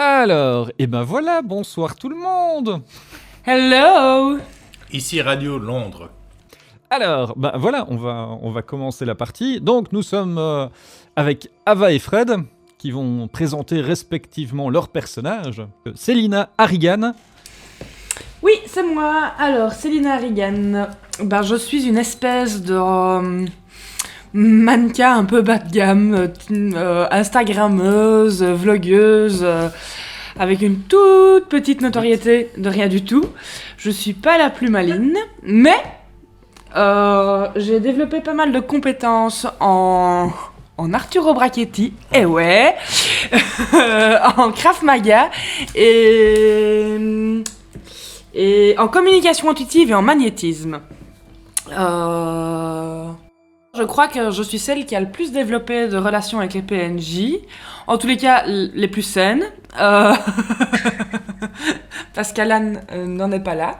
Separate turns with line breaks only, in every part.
Alors, et ben voilà, bonsoir tout le monde
Hello
Ici Radio Londres.
Alors, ben voilà, on va, on va commencer la partie. Donc nous sommes euh, avec Ava et Fred, qui vont présenter respectivement leurs personnages. Euh, Célina Harrigan,
Oui, c'est moi. Alors, Célina Regan. Ben, je suis une espèce de euh, mannequin un peu bas de gamme, euh, t- euh, Instagrammeuse, euh, vlogueuse, euh, avec une toute petite notoriété de rien du tout. Je suis pas la plus maligne, mais euh, j'ai développé pas mal de compétences en en Arturo Brachetti, et ouais, en Krav Maga et et en communication intuitive et en magnétisme. Euh, Je crois que je suis celle qui a le plus développé de relations avec les PNJ. En tous les cas, l- les plus saines. Euh, Parce qu'Alan euh, n'en est pas là.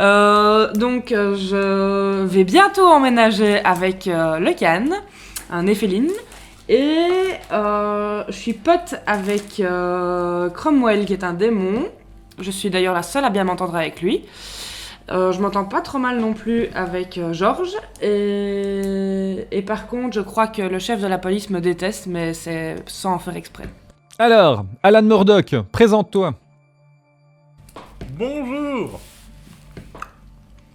Euh, donc, euh, je vais bientôt emménager avec euh, le Can, un éphéline. Et euh, je suis pote avec euh, Cromwell, qui est un démon. Je suis d'ailleurs la seule à bien m'entendre avec lui. Euh, je m'entends pas trop mal non plus avec euh, Georges. Et... et par contre, je crois que le chef de la police me déteste, mais c'est sans en faire exprès.
alors, Alan Murdoch, présente-toi.
Bonjour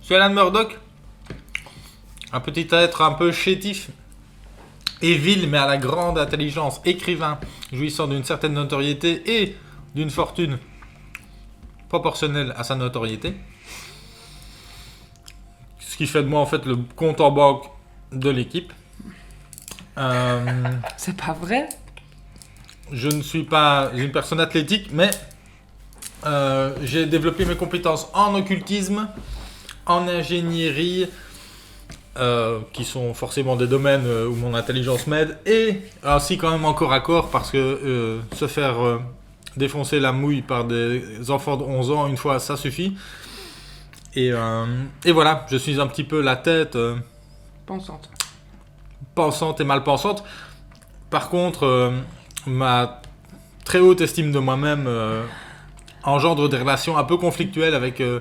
Je suis Alan Murdoch. Un petit être un peu chétif et vil, mais à la grande intelligence, écrivain, jouissant d'une certaine notoriété et d'une fortune proportionnelle à sa notoriété. Ce qui fait de moi en fait le compte en banque de l'équipe. Euh,
C'est pas vrai
je ne suis pas une personne athlétique, mais euh, j'ai développé mes compétences en occultisme, en ingénierie, euh, qui sont forcément des domaines euh, où mon intelligence m'aide, et ainsi quand même en corps à corps, parce que euh, se faire euh, défoncer la mouille par des enfants de 11 ans une fois, ça suffit. Et, euh, et voilà, je suis un petit peu la tête. euh,
Pensante.
pensante et mal pensante. Par contre, euh, ma très haute estime de moi-même euh, engendre des relations un peu conflictuelles avec euh,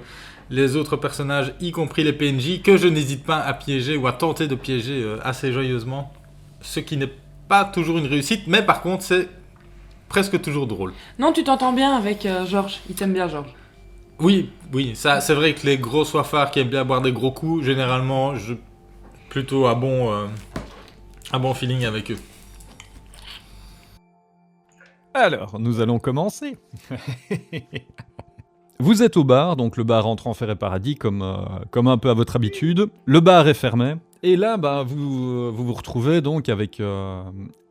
les autres personnages, y compris les PNJ, que je n'hésite pas à piéger ou à tenter de piéger euh, assez joyeusement. Ce qui n'est pas toujours une réussite, mais par contre, c'est presque toujours drôle.
Non, tu t'entends bien avec euh, Georges. Il t'aime bien, Georges.
Oui, oui, ça, c'est vrai que les gros soifards qui aiment bien boire des gros coups, généralement, je plutôt un bon, euh, un bon feeling avec eux.
Alors, nous allons commencer. Vous êtes au bar, donc le bar rentre en fer et paradis, comme, euh, comme un peu à votre habitude. Le bar est fermé. Et là, bah, vous, vous vous retrouvez donc avec, euh,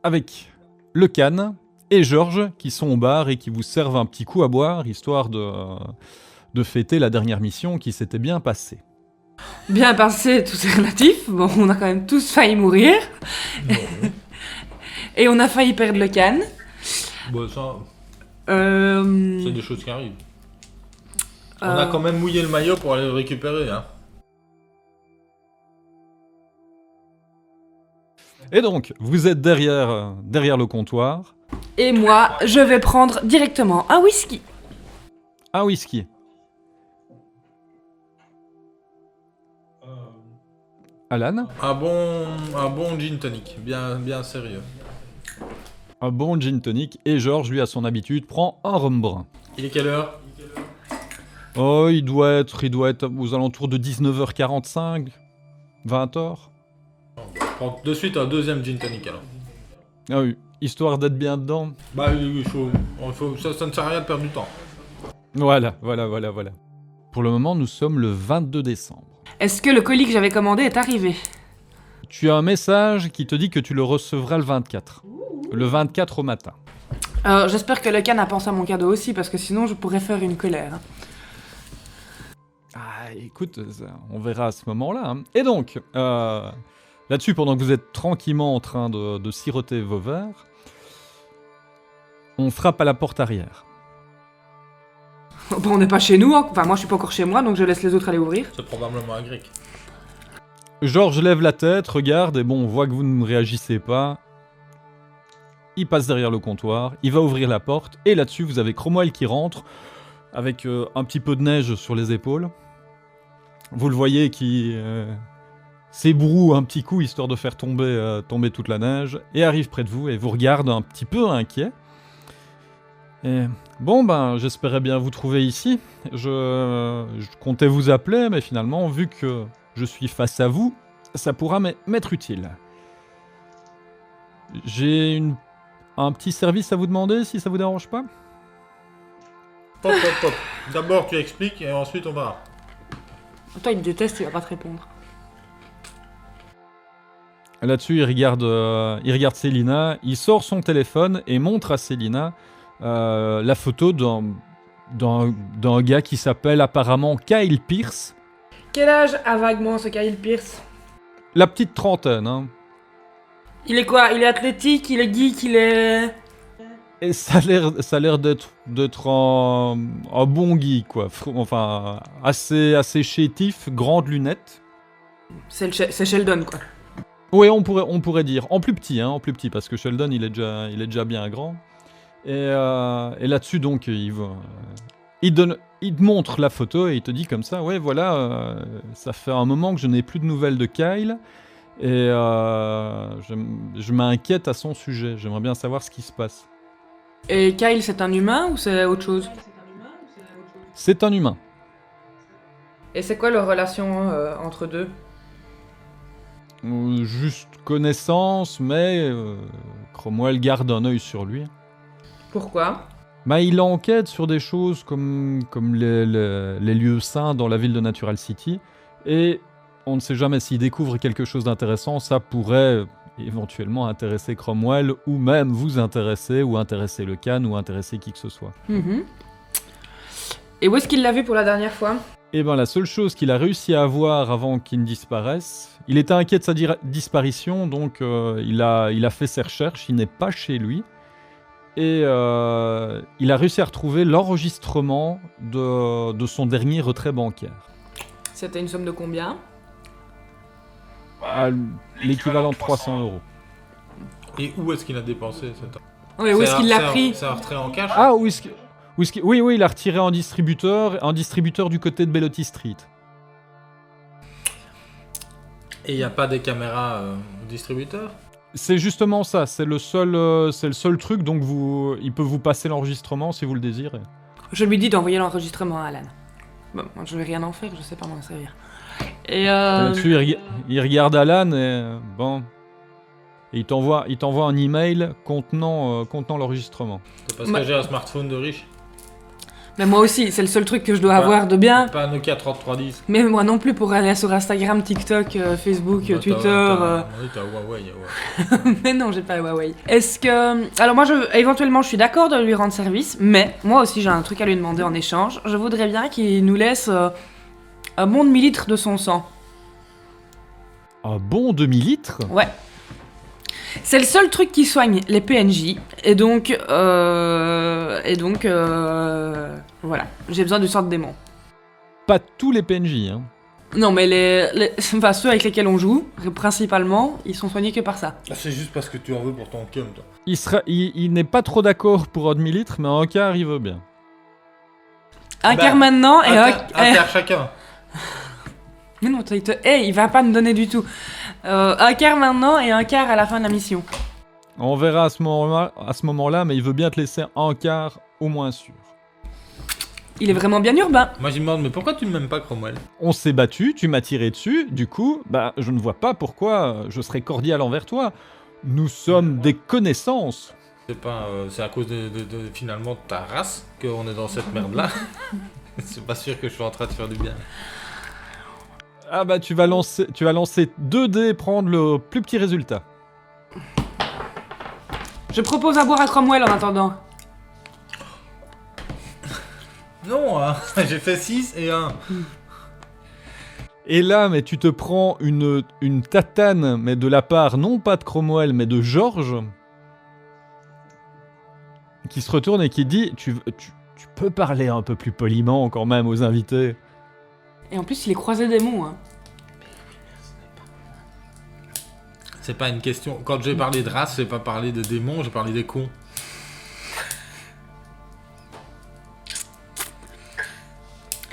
avec le Cannes et Georges qui sont au bar et qui vous servent un petit coup à boire, histoire de, euh, de fêter la dernière mission qui s'était bien passée.
Bien passé, tout est relatif. Bon, on a quand même tous failli mourir. et on a failli perdre le can.
Bon, ça,
Euh,
C'est des choses qui arrivent. On
euh,
a quand même mouillé le maillot pour aller le récupérer. Hein.
Et donc, vous êtes derrière, euh, derrière le comptoir.
Et moi, je vais prendre directement un whisky.
Un Ah, whisky. Alan
Un bon, un bon gin tonic, bien, bien sérieux.
un bon gin tonic et Georges, lui, à son habitude, prend un rhum brun.
Il est quelle heure
Oh, il doit être, il doit être aux alentours de 19h45, 20h.
Prends de suite un deuxième gin tonic alors.
Ah oui, histoire d'être bien dedans.
Bah, il faut, il faut- ça, ça ne sert à rien de perdre du temps.
Voilà, voilà, voilà, voilà. Pour le moment, nous sommes le 22 décembre.
Est-ce que le colis que j'avais commandé est arrivé
Tu as un message qui te dit que tu le recevras le 24. Le 24 au matin.
Euh, J'espère que le can a pensé à mon cadeau aussi, parce que sinon je pourrais faire une colère.
Ah, écoute, ça, on verra à ce moment-là. hein. Et donc, euh, là-dessus, pendant que vous êtes tranquillement en train de, de siroter vos verres, on frappe à la porte arrière.
Bon, on n'est pas chez nous, hein. enfin moi je suis pas encore chez moi, donc je laisse les autres aller ouvrir.
C'est probablement un grec.
Georges lève la tête, regarde, et bon, on voit que vous ne réagissez pas. il passe derrière le comptoir, il va ouvrir la porte, et là-dessus, vous avez Cromwell qui rentre, avec euh, un petit peu de neige sur les épaules. Vous le voyez qui euh, s'ébroue un petit coup, histoire de faire tomber, euh, tomber toute la neige, et arrive près de vous, et vous regarde un petit peu inquiet. Et, bon, ben, j'espérais bien vous trouver ici. Je, je comptais vous appeler, mais finalement, vu que je suis face à vous, ça pourra m'e- m'être utile. J'ai une- un petit service à vous demander, si ça vous dérange pas
Pop, pop, pop. D'abord, tu expliques et ensuite on verra.
Toi, il me déteste, il va pas te répondre.
Là-dessus, il regarde, euh, il regarde Célina, il sort son téléphone et montre à Célina euh, la photo d'un, d'un, d'un gars qui s'appelle apparemment Kyle Pierce,
Quel âge a vaguement ce Kyle Pierce
la petite trentaine. hein.
Il est quoi Il est athlétique, il est geek, il est.
Et ça a l'air, ça a l'air d'être, d'être un, un bon geek, quoi. Fr- Enfin, assez, assez chétif, grandes lunettes.
C'est le She- c'est Sheldon, quoi.
Oui, on pourrait, on pourrait dire. En plus petit, hein, en plus petit, parce que Sheldon, il est déjà, il est déjà bien grand. Et, euh, et là-dessus, donc, il, va- euh, il, donne, il te montre la photo et il te dit comme ça, ouais, voilà, euh, ça fait un moment que je n'ai plus de nouvelles de Kyle. Et euh, je, m- je m'inquiète à son sujet. J'aimerais bien savoir ce qui se passe.
Et Kyle, c'est un humain ou c'est autre chose
C'est un humain.
Et c'est quoi leur relation euh, entre deux
Euh, Juste connaissance, mais euh, Cromwell garde un œil sur lui.
Pourquoi
Bah, il enquête sur des choses comme, comme les, les- les lieux saints dans la ville de Natural City. Et on ne sait jamais s'il découvre quelque chose d'intéressant. Ça pourrait éventuellement intéresser Cromwell ou même vous intéresser ou intéresser le Khan ou intéresser qui que ce soit.
Mhm. Et où est-ce qu'il l'a vu pour la dernière fois
Et ben la seule chose qu'il a réussi à avoir avant qu'il ne disparaisse, il était inquiet de sa dira- disparition, donc euh, il, a, il a fait ses recherches, il n'est pas chez lui. Et euh, il a réussi à retrouver l'enregistrement de, de son dernier retrait bancaire.
C'était une somme de combien
À L'équivalent de 300 euros.
Et où est-ce qu'il a dépensé cet argent
Oui, où
C'est
est-ce
un-
qu'il
c'est
l'a
un-
pris
C'est un retrait en cash
Ah, où est-ce que- où est-ce que- Oui, oui, il a retiré en distributeur, un distributeur du côté de Bellotti Street.
Et il n'y a pas des caméras euh, au distributeur
C'est justement ça, c'est le, seul, euh, c'est le seul truc, donc vous, il peut vous passer l'enregistrement si vous le désirez.
Je lui dis d'envoyer l'enregistrement à Alan. Bon, moi, je vais rien en faire, je sais pas m'en servir. Et euh...
Là-dessus, il, rega- il regarde Alan et euh, bon. Et il t'envoie, il t'envoie un email contenant, euh, contenant l'enregistrement.
C'est parce
Ma-
que j'ai un smartphone de riche.
Mais moi aussi, c'est le seul truc que je dois
Ouais.
avoir de bien.
Pas un Nokia 3310.
Mais moi non plus pour aller sur Instagram, TikTok, euh, Facebook, euh,
Bah, t'as-
Twitter.
t'as-
euh,
Oui, t'as Huawei. Huawei.
Mais non, j'ai pas le Huawei. Est-ce que. euh, Alors, moi, je... éventuellement, je suis d'accord de lui rendre service, mais moi aussi, j'ai un truc à lui demander en échange. Je voudrais bien qu'il nous laisse euh, un bon demi-litre de son sang.
Un bon demi-litre
Ouais. C'est le seul truc qui soigne les PNJ. Et donc. euh, Et donc. euh, Voilà. J'ai besoin du sort de démon.
Pas tous les PNJ. Hein.
Non, mais les, les- Enfin, ceux avec lesquels on joue, principalement, ils sont soignés que par ça.
Ah, C'est juste parce que tu en veux pour ton cum, toi.
Il, sera- il- il n'est pas trop d'accord pour un demi-litre, mais un quart, il veut bien.
Un
Bah,
quart maintenant et Eh. un.
Un quart- un quart chacun.
Mais non, toi, il te... hey, il va pas me donner du tout. Euh, un quart maintenant et un quart à la fin de la mission.
On verra à ce moment-là, à ce moment-là, mais il veut bien te laisser un quart au moins sûr.
Il est vraiment bien urbain.
Moi, je me demande, mais pourquoi tu ne m'aimes pas, Cromwell
On s'est battu, tu m'as tiré dessus, du coup, bah, je ne vois pas pourquoi euh, je serais cordial envers toi. Nous sommes des connaissances.
C'est pas, euh, c'est à cause de, de- de- finalement de ta race qu'on est dans cette merde-là. c'est pas sûr que je suis en train de faire du bien.
Ah bah tu vas lancer, tu vas lancer 2 dés, prendre le plus petit résultat.
Je propose à boire à Cromwell en attendant.
Non, hein, j'ai fait 6 et 1.
Et là, mais tu te prends une, une tatane, mais de la part non pas de Cromwell, mais de Georges, qui se retourne et qui dit tu, tu, tu peux parler un peu plus poliment quand même aux invités.
Et en plus, il est croisé des mots. Hein.
C'est pas une question. Quand j'ai parlé de race, j'ai pas parlé de démons, j'ai parlé des cons.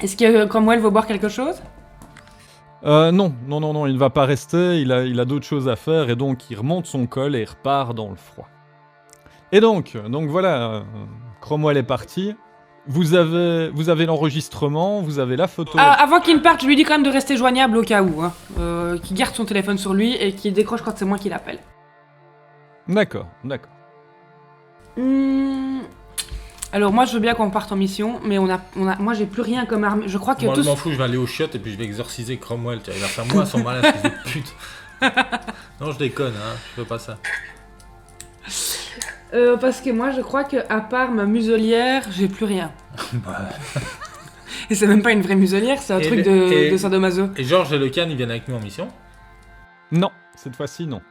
Est-ce que Cromwell veut boire quelque chose
Euh, non, non, non, non, il ne va pas rester, il a, il a d'autres choses à faire, et donc il remonte son col et il repart dans le froid. Et donc, euh, donc voilà, euh, Cromwell est parti, vous avez, vous avez l'enregistrement, vous avez la photo.
Ah, Avant qu'il ne parte, je lui dis quand même de rester joignable au cas où. Hein. Euh, qu'il garde son téléphone sur lui et qu'il décroche quand c'est moi qui l'appelle.
D'accord, d'accord.
Hmm. Alors moi je veux bien qu'on parte en mission, mais on a, on a, moi j'ai plus rien comme armée. Je crois que
Moi, je
tous...
m'en fous, je vais aller au chiottes et puis je vais exorciser Cromwell. Tu vas faire moi son malade, fils de pute. Non, je déconne, hein, je fais pas ça.
Euh, parce que moi je crois que à part ma muselière, j'ai plus rien.
Bah.
Et c'est même pas une vraie muselière, c'est un
Et
truc
le-
de,
et-
de sadomaso.
Et Georges et Lecan, ils viennent avec nous en mission.
Non, cette fois-ci, non.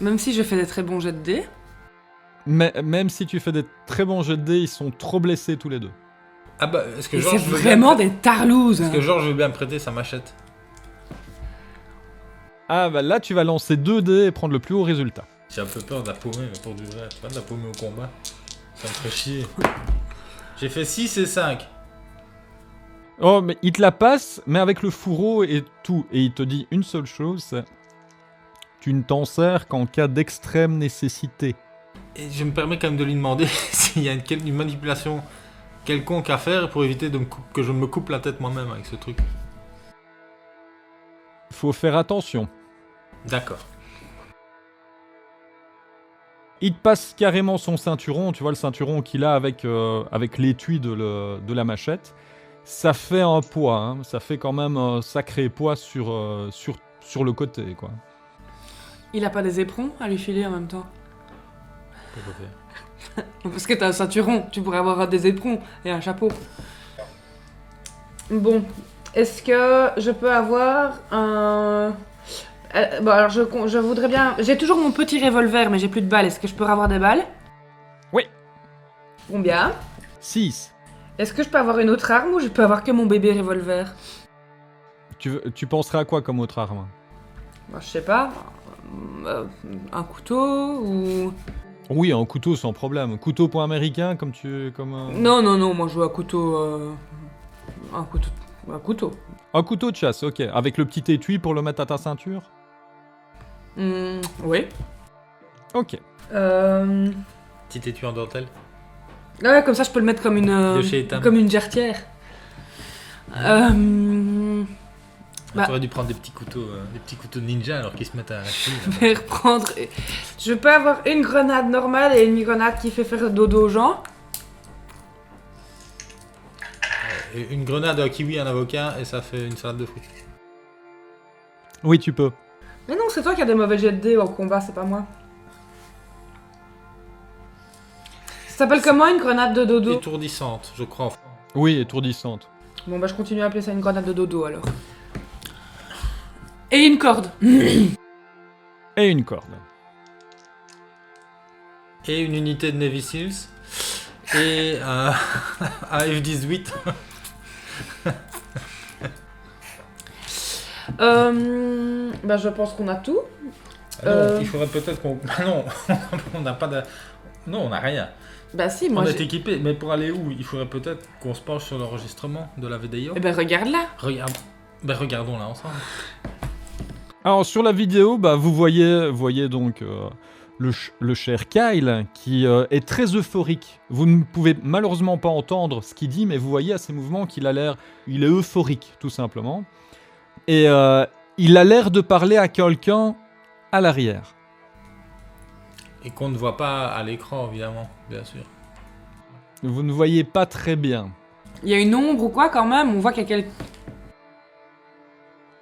Même si je fais des très bons jets de dés.
Mais, même si tu fais des très bons jets de dés, ils sont trop blessés tous les deux.
Ah bah, est-ce que
Et c'est
Georges veut bien-
vraiment des hein. tarlouses.
Est-ce que Georges veut bien me prêter sa machette
Ah bah là, tu vas lancer 2 dés et prendre le plus haut résultat.
J'ai un peu peur de la paumer, mais pour du vrai, pas de la paumer au combat. Ça me ferait chier. J'ai fait 6 et 5.
Oh, mais il te la passe, mais avec le fourreau et tout. Et il te dit une seule chose, c'est... Tu ne t'en sers qu'en cas d'extrême nécessité.
Et je me permets quand même de lui demander s'il y a une, quel- une manipulation quelconque à faire pour éviter de me cou- que je me coupe la tête moi-même avec ce truc.
Faut faire attention.
D'accord.
Il te passe carrément son ceinturon, tu vois le ceinturon qu'il a avec, euh, avec l'étui de, le- de la machette. Ça fait un poids, hein. ça fait quand même un sacré poids sur, euh, sur, sur le côté, quoi.
Il a pas des éperons à lui filer en même temps. Parce que t'as un ceinturon, tu pourrais avoir des éperons et un chapeau. Bon, est-ce que je peux avoir un... Euh, Bon, alors je, con- je voudrais bien... J'ai toujours mon petit revolver, mais j'ai plus de balles. Est-ce que je peux avoir des balles
Oui.
Combien
6.
Est-ce que je peux avoir une autre arme ou je peux avoir que mon bébé revolver
Tu, veux- tu penserais à quoi comme autre arme
Bah, Je sais pas. euh, un couteau ou...
Oui, un couteau sans problème. Couteau point américain, comme tu... Comme, euh,
Non, non, non, moi je veux un couteau... euh, Un couteau... Un couteau.
Un couteau de chasse, ok. Avec le petit étui pour le mettre à ta ceinture
Hmm, oui.
Ok.
Euh...
Petit étui en dentelle.
Ah Ouais, comme ça, je peux le mettre comme une, euh,
De chez Etam.
comme une jarretière. Euh, Bah.
T'aurais dû prendre des petits couteaux, euh, des petits couteaux ninja alors qu'ils se mettent à la cheville.
je vais reprendre. Je peux avoir une grenade normale et une grenade qui fait faire dodo aux gens.
Et Une grenade, un kiwi, un avocat et ça fait une salade de fruits.
Oui, tu peux.
Mais non, c'est toi qui as des mauvais jets de dés en combat, c'est pas moi. Ça s'appelle comment une grenade de dodo
Étourdissante, je crois.
Oui, étourdissante.
Bon, bah, je continue à appeler ça une grenade de dodo alors. Et une corde.
Et une corde.
Et une unité de Navy Seals. Et un, un F-18.
Euh, bah, je pense qu'on a tout.
Ah non,
Euh.
il faudrait peut-être qu'on. Ah non, on n'a pas de. Non, on n'a rien.
Bah, si,
on
moi.
est
j'ai-
équipé, mais pour aller où Il faudrait peut-être qu'on se penche sur l'enregistrement de la VDIO.
Eh ben, regarde là.
Regarde. Ben regardons là ensemble.
Alors sur la vidéo, bah, vous voyez, voyez donc euh, le, ch- le cher Kyle qui euh, est très euphorique. Vous ne pouvez malheureusement pas entendre ce qu'il dit, mais vous voyez à ses mouvements qu'il a l'air, il est euphorique tout simplement. Et euh, il a l'air de parler à quelqu'un à l'arrière.
Et qu'on ne voit pas à l'écran, évidemment, bien sûr.
Vous ne voyez pas très bien.
Il y a une ombre ou quoi quand même On voit qu'il y a quelqu'un.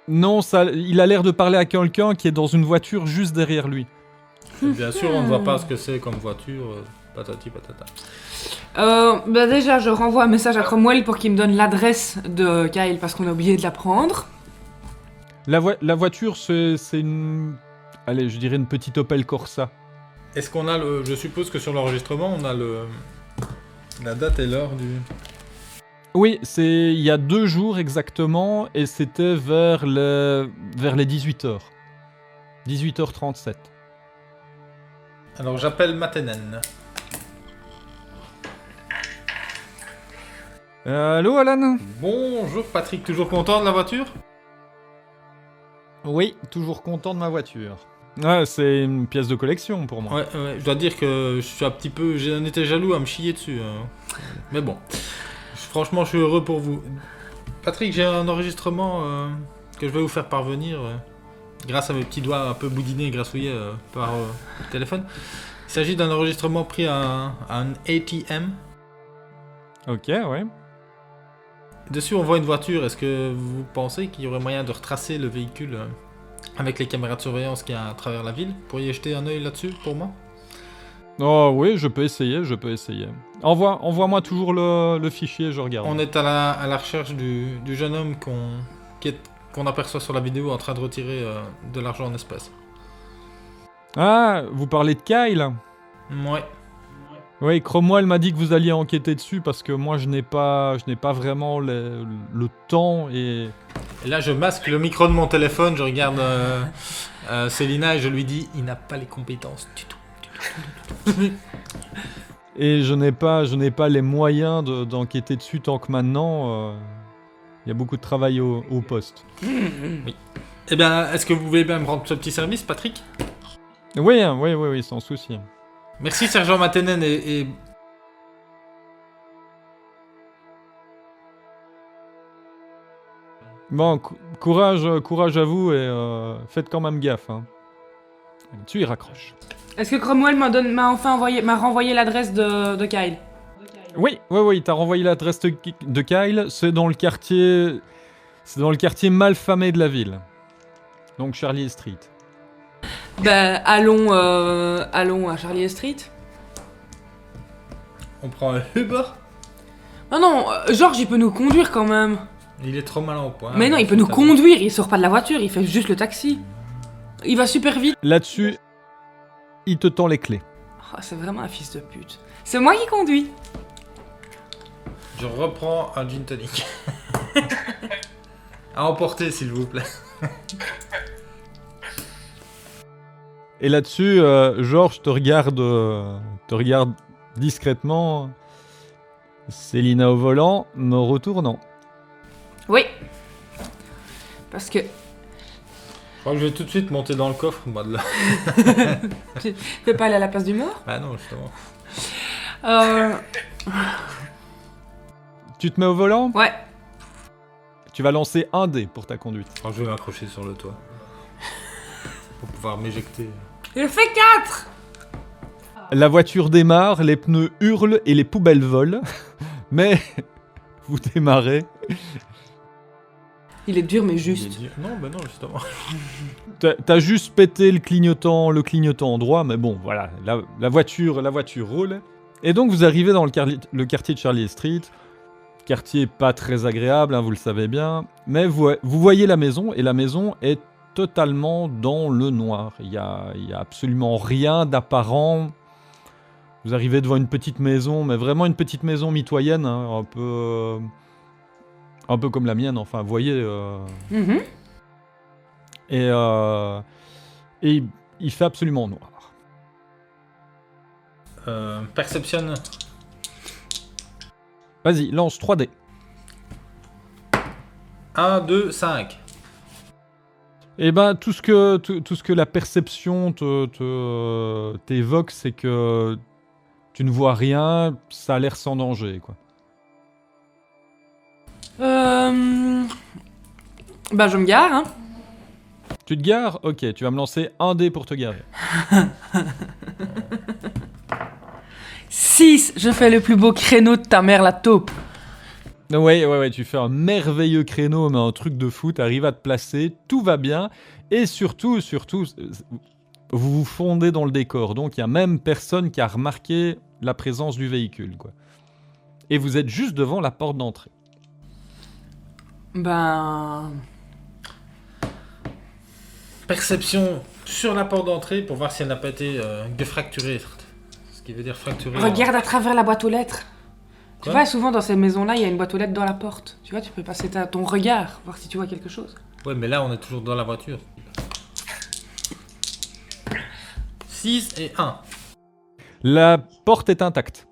Non, ça, il a l'air de parler à quelqu'un qui est dans une voiture juste derrière lui.
Et bien sûr, on ne voit pas ce que c'est comme voiture. euh, Patati patata.
Euh, bah déjà, je renvoie un message à Cromwell pour qu'il me donne l'adresse de Kyle parce qu'on a oublié de la prendre.
La, voi- la voiture, c'est c'est une... Allez, je dirais une petite Opel Corsa.
Est-ce qu'on a le. Je suppose que sur l'enregistrement, on a le. La date et l'heure du.
Oui, c'est il y a deux jours exactement, et c'était vers les, vers les 18h. 18h37.
Alors j'appelle Matenen.
Euh, allô, Alan
Bonjour Patrick, toujours content de la voiture
Oui, toujours content de ma voiture. Ouais, Ah, c'est une pièce de collection pour moi.
Ouais, ouais, je dois dire que je suis un petit peu. J'en étais jaloux à me chier dessus. hein. Mais bon. Je- Franchement, je suis heureux pour vous. Patrick, j'ai un enregistrement euh, que je vais vous faire parvenir euh, grâce à mes petits doigts un peu boudinés et grassouillés euh, par euh, téléphone. Il s'agit d'un enregistrement pris à un, à un ATM.
Ok, ouais.
Dessus, on voit une voiture. Est-ce que vous pensez qu'il y aurait moyen de retracer le véhicule euh, avec les caméras de surveillance qu'il y a à travers la ville Pourriez jeter un œil là-dessus pour moi
Oh oui, je peux essayer, je peux essayer. Envoie, envoie-moi toujours le, le fichier, je regarde.
On est à la, à la recherche du, du jeune homme qu'on qui est- qu'on aperçoit sur la vidéo en train de retirer euh, de l'argent en espèces.
Ah, vous parlez de Kyle
Ouais.
Oui, Cromwell m'a dit que vous alliez enquêter dessus parce que moi je n'ai pas, je n'ai pas vraiment le, le temps et
Et là, je masque le micro de mon téléphone, je regarde euh, euh, Célina et je lui dis il n'a pas les compétences du tout.
et je n'ai pas, je n'ai pas les moyens de- d'enquêter dessus tant que maintenant. euh, Il y a beaucoup de travail au, au poste.
Eh bien, est-ce que vous voulez bien me rendre ce petit service, Patrick
Oui, hein, oui, oui, oui, sans souci.
Merci, sergent Matenen, et, et
Bon, cou- courage, euh, courage à vous et euh, faites quand même gaffe. Hein. Tu y raccroches.
Est-ce que Cromwell m'a donne- m'a enfin envoyé, m'a renvoyé l'adresse de, de Kyle
Oui, oui, oui, t'as renvoyé l'adresse de Ki- de Kyle. C'est dans le quartier, c'est dans le quartier malfamé de la ville. Donc Charlie Street.
Ben, allons, euh, allons à Charlie Street.
on prend un Uber
Non, non, euh, Georges, il peut nous conduire quand même.
Il est trop mal en point.
Mais non, il peut nous conduire, il sort pas de la voiture, il fait juste le taxi. Il va super vite.
Là-dessus, il te tend les clés.
Oh, c'est vraiment un fils de pute. C'est moi qui conduis.
Je reprends un gin tonic. à emporter, s'il vous plaît.
Et là-dessus, euh, Georges te regarde, euh, te regarde discrètement. Célina au volant, me retournant.
Oui. Parce que
Je crois que je vais tout de suite monter dans le coffre, moi, de là.
tu peux pas aller à la place du mort.
Bah non, justement.
Euh,
Tu te mets au volant
ouais.
Tu vas lancer un dé pour ta conduite.
Alors, je vais m'accrocher sur le toit. Pour pouvoir m'éjecter.
Je fais 4
La voiture démarre, les pneus hurlent et les poubelles volent. Mais vous démarrez.
Il est dur mais
Il
juste.
a dit, Non, bah non, justement.
T'as t'as juste pété le clignotant, le clignotant droit, mais bon, voilà, la, la voiture, la voiture roule. Et donc vous arrivez dans le, carli- le quartier de Charlie Street, quartier pas très agréable, hein, vous le savez bien, mais vous, vous voyez la maison et la maison est totalement dans le noir. Il y a, il y a absolument rien d'apparent. Vous arrivez devant une petite maison, mais vraiment une petite maison mitoyenne, hein, un peu, euh, un peu comme la mienne. Enfin, vous voyez. euh,
Mhm.
et, euh, et il- il fait absolument noir.
Euh, perception.
Vas-y, lance 3D.
1, 2, 5.
Et ben tout ce que tout, tout ce que la perception te te- t'évoque, c'est que tu ne vois rien, ça a l'air sans danger quoi.
Euh... Bah je me gare, hein.
Tu te gares Ok, tu vas me lancer un dé pour te garer.
6 Je fais le plus beau créneau de ta mère la taupe.
Ouais, ouais, ouais, tu fais un merveilleux créneau, mais un truc de fou, t'arrives à te placer, tout va bien, et surtout, surtout, euh, vous vous fondez dans le décor, donc il y a même personne qui a remarqué la présence du véhicule, quoi. Et vous êtes juste devant la porte d'entrée.
Ben...
Perception sur la porte d'entrée pour voir si elle n'a pas été euh, de fracturée. Ce qui veut dire fracturée.
Regarde à travers la boîte aux lettres. Tu
Quoi
vois, souvent dans ces maisons-là, il y a une boîte aux lettres dans la porte. Tu vois, tu peux passer ta- ton regard, voir si tu vois quelque chose.
Ouais, mais là, on est toujours dans la voiture. 6 et 1.
La porte est intacte.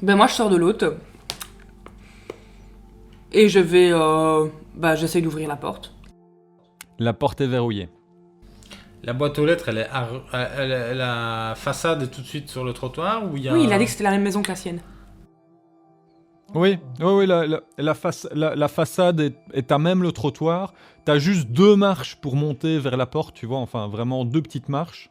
Ben moi je sors de l'autre. Et je vais... euh, bah j'essaye d'ouvrir la porte.
La porte est verrouillée.
La boîte aux lettres, elle est à- elle- elle- la façade est tout de suite sur le trottoir ou il y a
Oui, il
un-
a dit que c'était la même maison que la sienne.
Oui, oui, oui, la, la- la fac- la- la façade est, est à même le trottoir. T'as juste deux marches pour monter vers la porte, tu vois, enfin vraiment deux petites marches.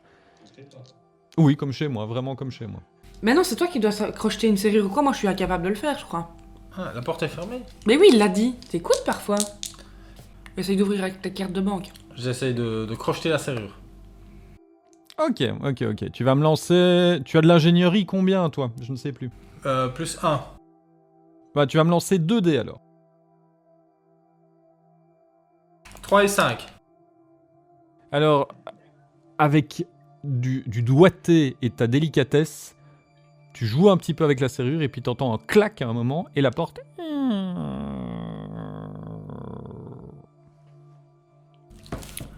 Oui, comme chez moi, vraiment comme chez moi.
Mais non, c'est toi qui dois crocheter une serrure ou quoi Moi je suis incapable de le faire, je crois.
Ah, la porte est fermée.
Mais oui, il l'a dit. T'écoutes parfois. Essaye d'ouvrir avec ta carte de banque.
J'essaye de, de crocheter la serrure.
Ok, ok, ok. Tu vas me lancer. Tu as de l'ingénierie combien, toi Je ne sais plus.
Euh, plus 1.
Bah, tu vas me lancer 2 dés alors.
3 et 5.
Alors, avec du, du doigté et ta délicatesse, tu joues un petit peu avec la serrure et puis t'entends un clac à un moment et la porte.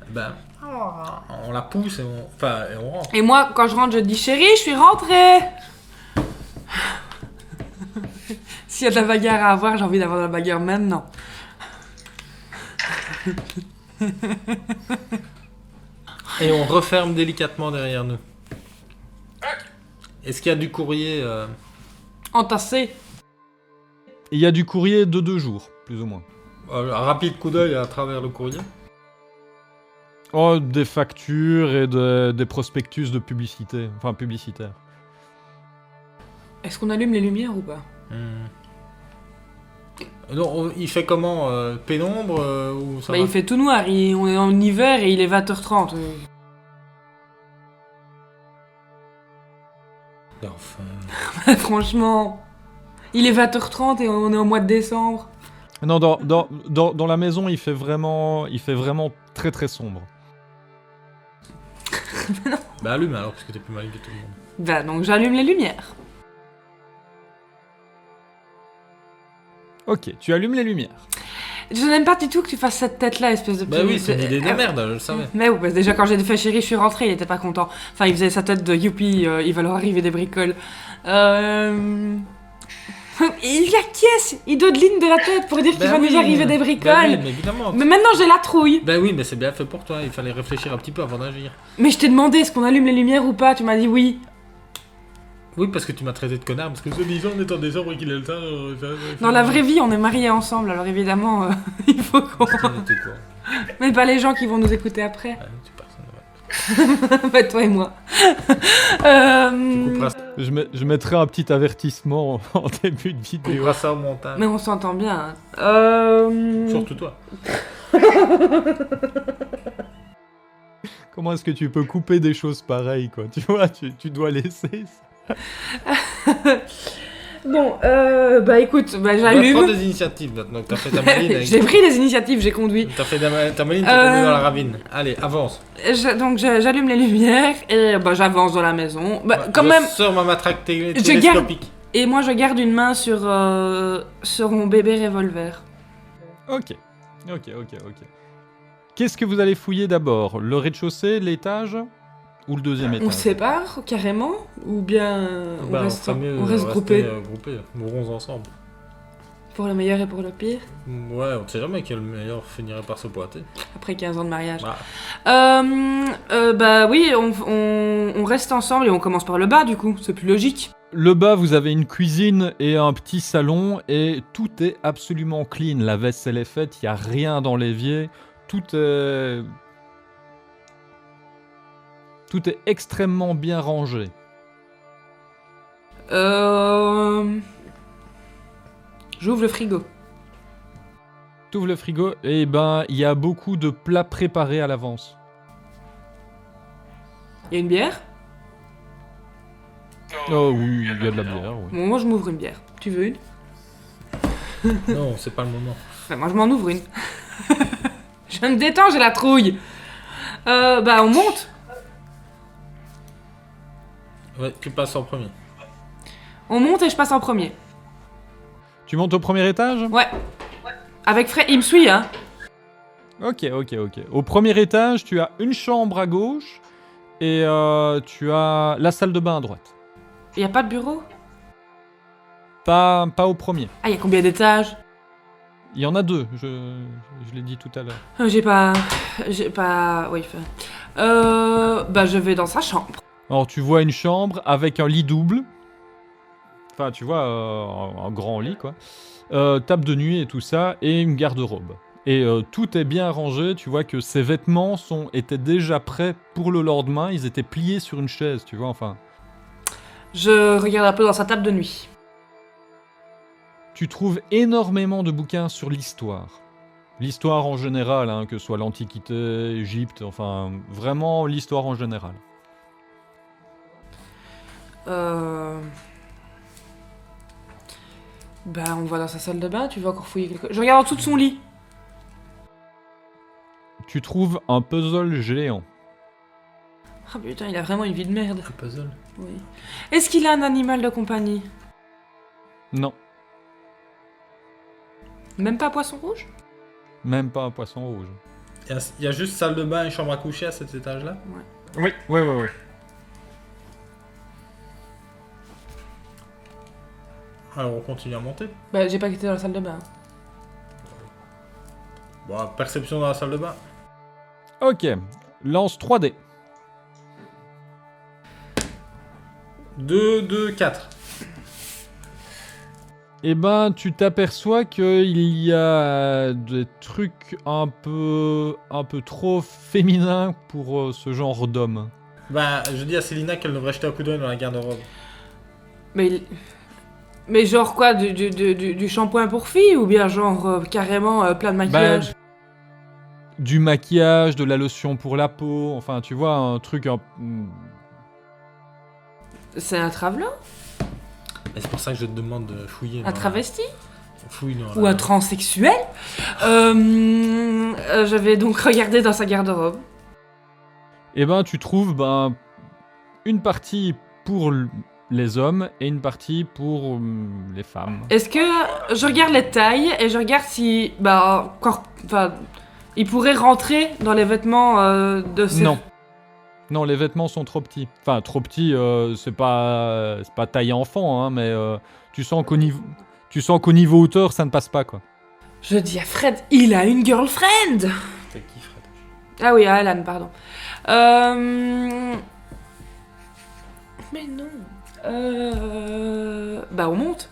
Ben,
Oh.
on la pousse et on, enfin, et on rentre.
Et moi, quand je rentre, je dis chérie, je suis rentrée S'il y a de la bagarre à avoir, j'ai envie d'avoir de la bagarre maintenant.
Et on referme délicatement derrière nous. Est-ce qu'il y a du courrier euh,
Entassé.
Il y a du courrier de deux jours, plus ou moins.
euh, Un rapide coup d'œil à travers le courrier
Oh, des factures et de- des prospectus de publicité, enfin publicitaire.
Est-ce qu'on allume les lumières ou pas
Hmm. Non, on- il fait comment euh, Pénombre euh, ou ça
Bah,
va
il fait tout noir, il- on est en hiver et il est 20h30. euh.
Enfin,
Franchement. Il est 20h30 et on est au mois de décembre.
Non, dans, dans, dans, dans la maison, il fait vraiment, il fait vraiment très très sombre.
Bah allume alors, parce que t'es plus malin que tout le monde.
Bah donc j'allume les lumières.
Ok, tu allumes les lumières.
Je n'aime pas du tout que tu fasses cette tête-là, espèce de
Bah
petit- Eh,
oui, c'est une idée
Ah.
de merde, je le savais.
Mais oui, parce que déjà quand j'ai fait chérie, je suis rentrée, il était pas content. Enfin, il faisait sa tête de youpi, euh, il va leur arriver des bricoles. Euh... Il acquiesce, il dodeline de la tête pour dire qu'il
Bah
va
oui,
nous arriver des
bah
bricoles.
oui, mais évidemment.
Mais maintenant j'ai la trouille.
Bah oui, mais c'est bien fait pour toi, il fallait réfléchir un petit peu avant d'agir.
Mais je t'ai demandé est-ce qu'on allume les lumières ou pas, tu m'as dit oui.
Oui, parce que tu m'as traité de connard, parce que ce disant en étant décembre et qu'il a le temps. euh, ça- ça-
Dans la vraie vie, on est mariés ensemble, alors évidemment, euh, il faut qu'on...
Putain, t'es quoi
Mais pas les gens qui vont nous écouter après.
Ah, tu personne, ouais.
bah toi et moi. Euh,
Tu couperas ça-
Je, mets- je mettrai un petit avertissement en début de
tu
vidéo.
couperas ça au montage.
Mais on s'entend bien. hein. Euh...
Surtout toi.
Comment est-ce que tu peux couper des choses pareilles, quoi Tu vois, tu, tu dois laisser ça.
Bon, euh, bah écoute, bah
Tu dois prendre
j'allume.
des initiatives maintenant. T'as fait ta maline. avec-
J'ai pris les initiatives, j'ai conduit.
T'as fait ta ma- ta maline, t'es
Euh.
tombé dans la ravine. Allez, avance.
Je- donc je- j'allume les lumières et bah j'avance dans la maison. Bah,
Ouais,
quand
je
même.
Sors ma matraque télé-
Je
télescopique.
Et moi je garde une main sur euh, sur mon bébé revolver.
Ok, ok, ok, ok. Qu'est-ce que vous allez fouiller d'abord Le rez-de-chaussée, l'étage Ou le deuxième étage
On se sépare carrément ou bien euh, on
Bah,
reste,
fera mieux
on
de
reste
rester,
groupé
euh, groupés. Mourons ensemble. Mm,
pour le meilleur et pour le pire
Ouais, on sait jamais quel meilleur finirait par se pointer.
après 15 ans de mariage.
Bah,
Euh, euh, bah oui, on, on- on reste ensemble et on commence par le bas du coup, c'est plus logique.
Le bas, vous avez une cuisine et un petit salon et tout est absolument clean. La vaisselle est faite, il n'y a rien dans l'évier. Tout est... Tout est extrêmement bien rangé.
Euh... J'ouvre le frigo.
T'ouvres le frigo et ben il y a beaucoup de plats préparés à l'avance.
Il y a une bière
Oh oui, il y a de la bière, oui.
Bon, moi je m'ouvre une bière. Tu veux une
non, c'est pas le moment.
Enfin, moi je m'en ouvre une. je me détends, j'ai la trouille. Euh, bah on monte.
Ouais, tu passes en premier.
On monte et je passe en premier.
Tu montes au premier étage
Ouais. Avec Fred, il me suit, hein.
Ok, ok, ok. Au premier étage, tu as une chambre à gauche Et euh, tu as la salle de bain à droite.
Il y a pas de bureau
Pas, pas au premier.
Ah, il y a combien d'étages
Il y en a deux, je, je l'ai dit tout à l'heure.
Euh, J'ai pas... J'ai pas... Oui, enfin, Euh... Bah, je vais dans sa chambre.
Alors tu vois une chambre avec un lit double. Enfin, tu vois, euh, un, un grand lit, quoi. Euh, table de nuit et tout ça, et une garde-robe. Et euh, tout est bien rangé, tu vois que ses vêtements sont, étaient déjà prêts pour le lendemain, ils étaient pliés sur une chaise, tu vois, enfin.
Je regarde un peu dans sa table de nuit.
Tu trouves énormément de bouquins sur l'histoire. L'histoire en général, hein, que ce soit l'Antiquité, Égypte, enfin, vraiment l'histoire en général.
Euh... Bah, on va dans sa salle de bain, tu veux encore fouiller quelque... Je regarde en dessous de son lit.
Tu trouves un puzzle géant.
Ah putain, il a vraiment une vie de merde.
Un puzzle.
Oui. Est-ce qu'il a un animal de compagnie
Non,
Même pas poisson rouge
même pas un poisson rouge.
Il y, a- il y a juste salle de bain et chambre à coucher à cet étage-là
Oui, oui, oui, oui.
Alors Ah, on continue à monter.
Bah, j'ai pas quitté dans la salle de bain.
Bon, perception dans la salle de bain.
Ok, lance 3D.
2, 2, 4.
Eh ben, tu t'aperçois qu'il y a euh, des trucs un peu, un peu trop féminins pour euh, ce genre d'homme.
Bah, je dis à Célina qu'elle devrait jeter un coup d'œil dans la garde-robe.
Mais il- Mais genre quoi, du, du, du, du- du shampoing pour filles ou bien genre euh, carrément euh, plein de
Bah,
maquillage
du maquillage, de la lotion pour la peau, enfin, tu vois, un truc... un- hmm.
C'est un travelin
Mais c'est pour ça que je te demande de fouiller.
Un travesti
Fouille dans
Ou un transsexuel Euh, euh, Je vais donc regarder dans sa garde-robe.
Eh ben, tu trouves ben, une partie pour l- les hommes et une partie pour hum, les femmes.
Est-ce que je regarde les tailles et je regarde si... Bah, corps... Enfin, il pourrait rentrer dans les vêtements euh, de ces...
Non. Non, les vêtements sont trop petits. Enfin, trop petits, euh, c'est pas, c'est pas taille enfant, hein, mais euh, tu sens qu'au niveau, tu sens qu'au niveau hauteur, ça ne passe pas quoi.
Je dis à Fred, il a une girlfriend
T'as qui, Fred
Ah oui, à Alan, pardon. Euh... Mais non. Euh... Bah, on monte.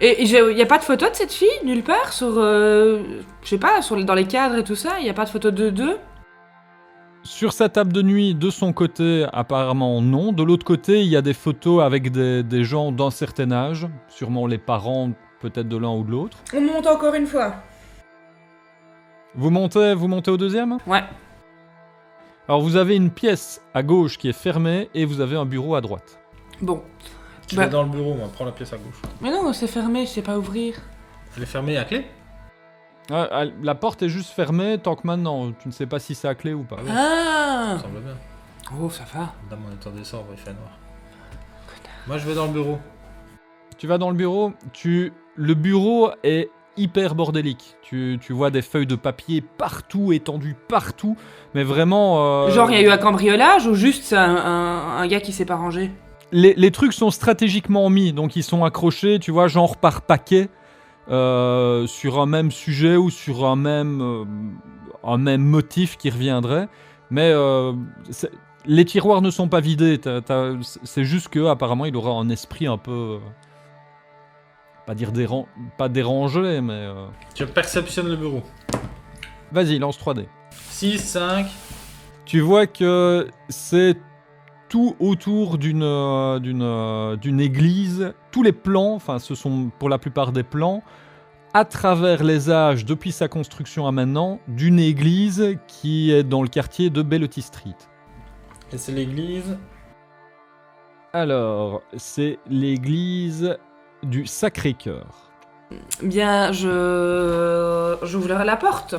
Et il n'y a pas de photo de cette fille nulle part sur, euh, je sais pas, sur, les- dans les cadres et tout ça. Il n'y a pas de photo de deux.
Sur sa table de nuit, de son côté, apparemment non. De l'autre côté, il y a des photos avec des, des gens d'un certain âge, sûrement les parents peut-être de l'un ou de l'autre.
On monte encore une fois.
Vous montez, vous montez au deuxième
Ouais.
Alors vous avez une pièce à gauche qui est fermée et vous avez un bureau à droite.
Bon.
Je
Bah-
vais dans le bureau, moi. Prends la pièce à gauche.
Mais non, c'est fermé. Je sais pas ouvrir.
Elle est fermée à clé
Ah, ah, La porte est juste fermée tant que maintenant, tu ne sais pas si c'est à clé ou pas.
Ah oui,
Ah.
ça semble bien.
Oh, ça va.
Dame, on est en décembre, il fait noir. Moi, je vais dans le bureau.
Tu vas dans le bureau, tu le bureau est hyper bordélique. Tu, tu vois des feuilles de papier partout, étendues partout, mais vraiment... euh,
Genre, il y a eu un cambriolage ou juste c'est un, un- un gars qui s'est pas rangé.
les, les trucs sont stratégiquement mis, donc ils sont accrochés, tu vois, genre par paquet, euh, sur un même sujet ou sur un même, euh, un même motif qui reviendrait. Mais euh, c'est- les tiroirs ne sont pas vidés, t'as- t'as- c'est juste que apparemment il aura un esprit un peu... euh, Pas dire déran- pas dérangé, mais... euh,
Je perceptionne le bureau.
Vas-y, lance 3D.
6, 5.
Tu vois que c'est tout autour d'une euh, d'une euh, d'une église. Tous les plans, enfin, ce sont pour la plupart des plans, à travers les âges, depuis sa construction à maintenant, d'une église qui est dans le quartier de Bellotti Street.
Et c'est l'église.
Alors, c'est l'église du Sacré-Cœur.
Bien, je. J'ouvre la porte.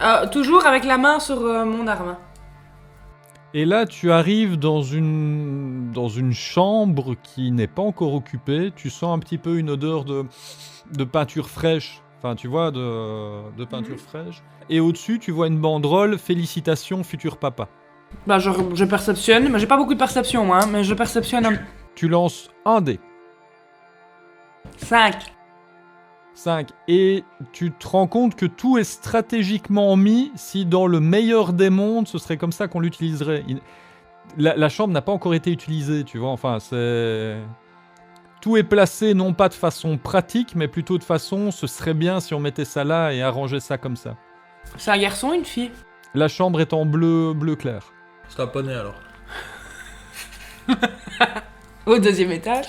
Euh, toujours avec la main sur euh, mon arme.
Et là, tu arrives dans une, dans une chambre qui n'est pas encore occupée. Tu sens un petit peu une odeur de, de peinture fraîche Enfin, tu vois, de, de peinture fraîche. Et au-dessus, tu vois une banderole Félicitations, futur papa.
Bah, je, je perceptionne, mais j'ai pas beaucoup de perception, moi, hein, mais je perceptionne un...
Tu lances un dé,
5.
5, et tu te rends compte que tout est stratégiquement mis si, dans le meilleur des mondes, ce serait comme ça qu'on l'utiliserait. Il- La, la chambre n'a pas encore été utilisée, tu vois, enfin, c'est. Tout est placé non pas de façon pratique, mais plutôt de façon ce serait bien si on mettait ça là et arrangeait ça comme ça.
C'est un garçon, une fille
La chambre est en bleu, bleu clair.
C'est un poney alors.
Au deuxième étage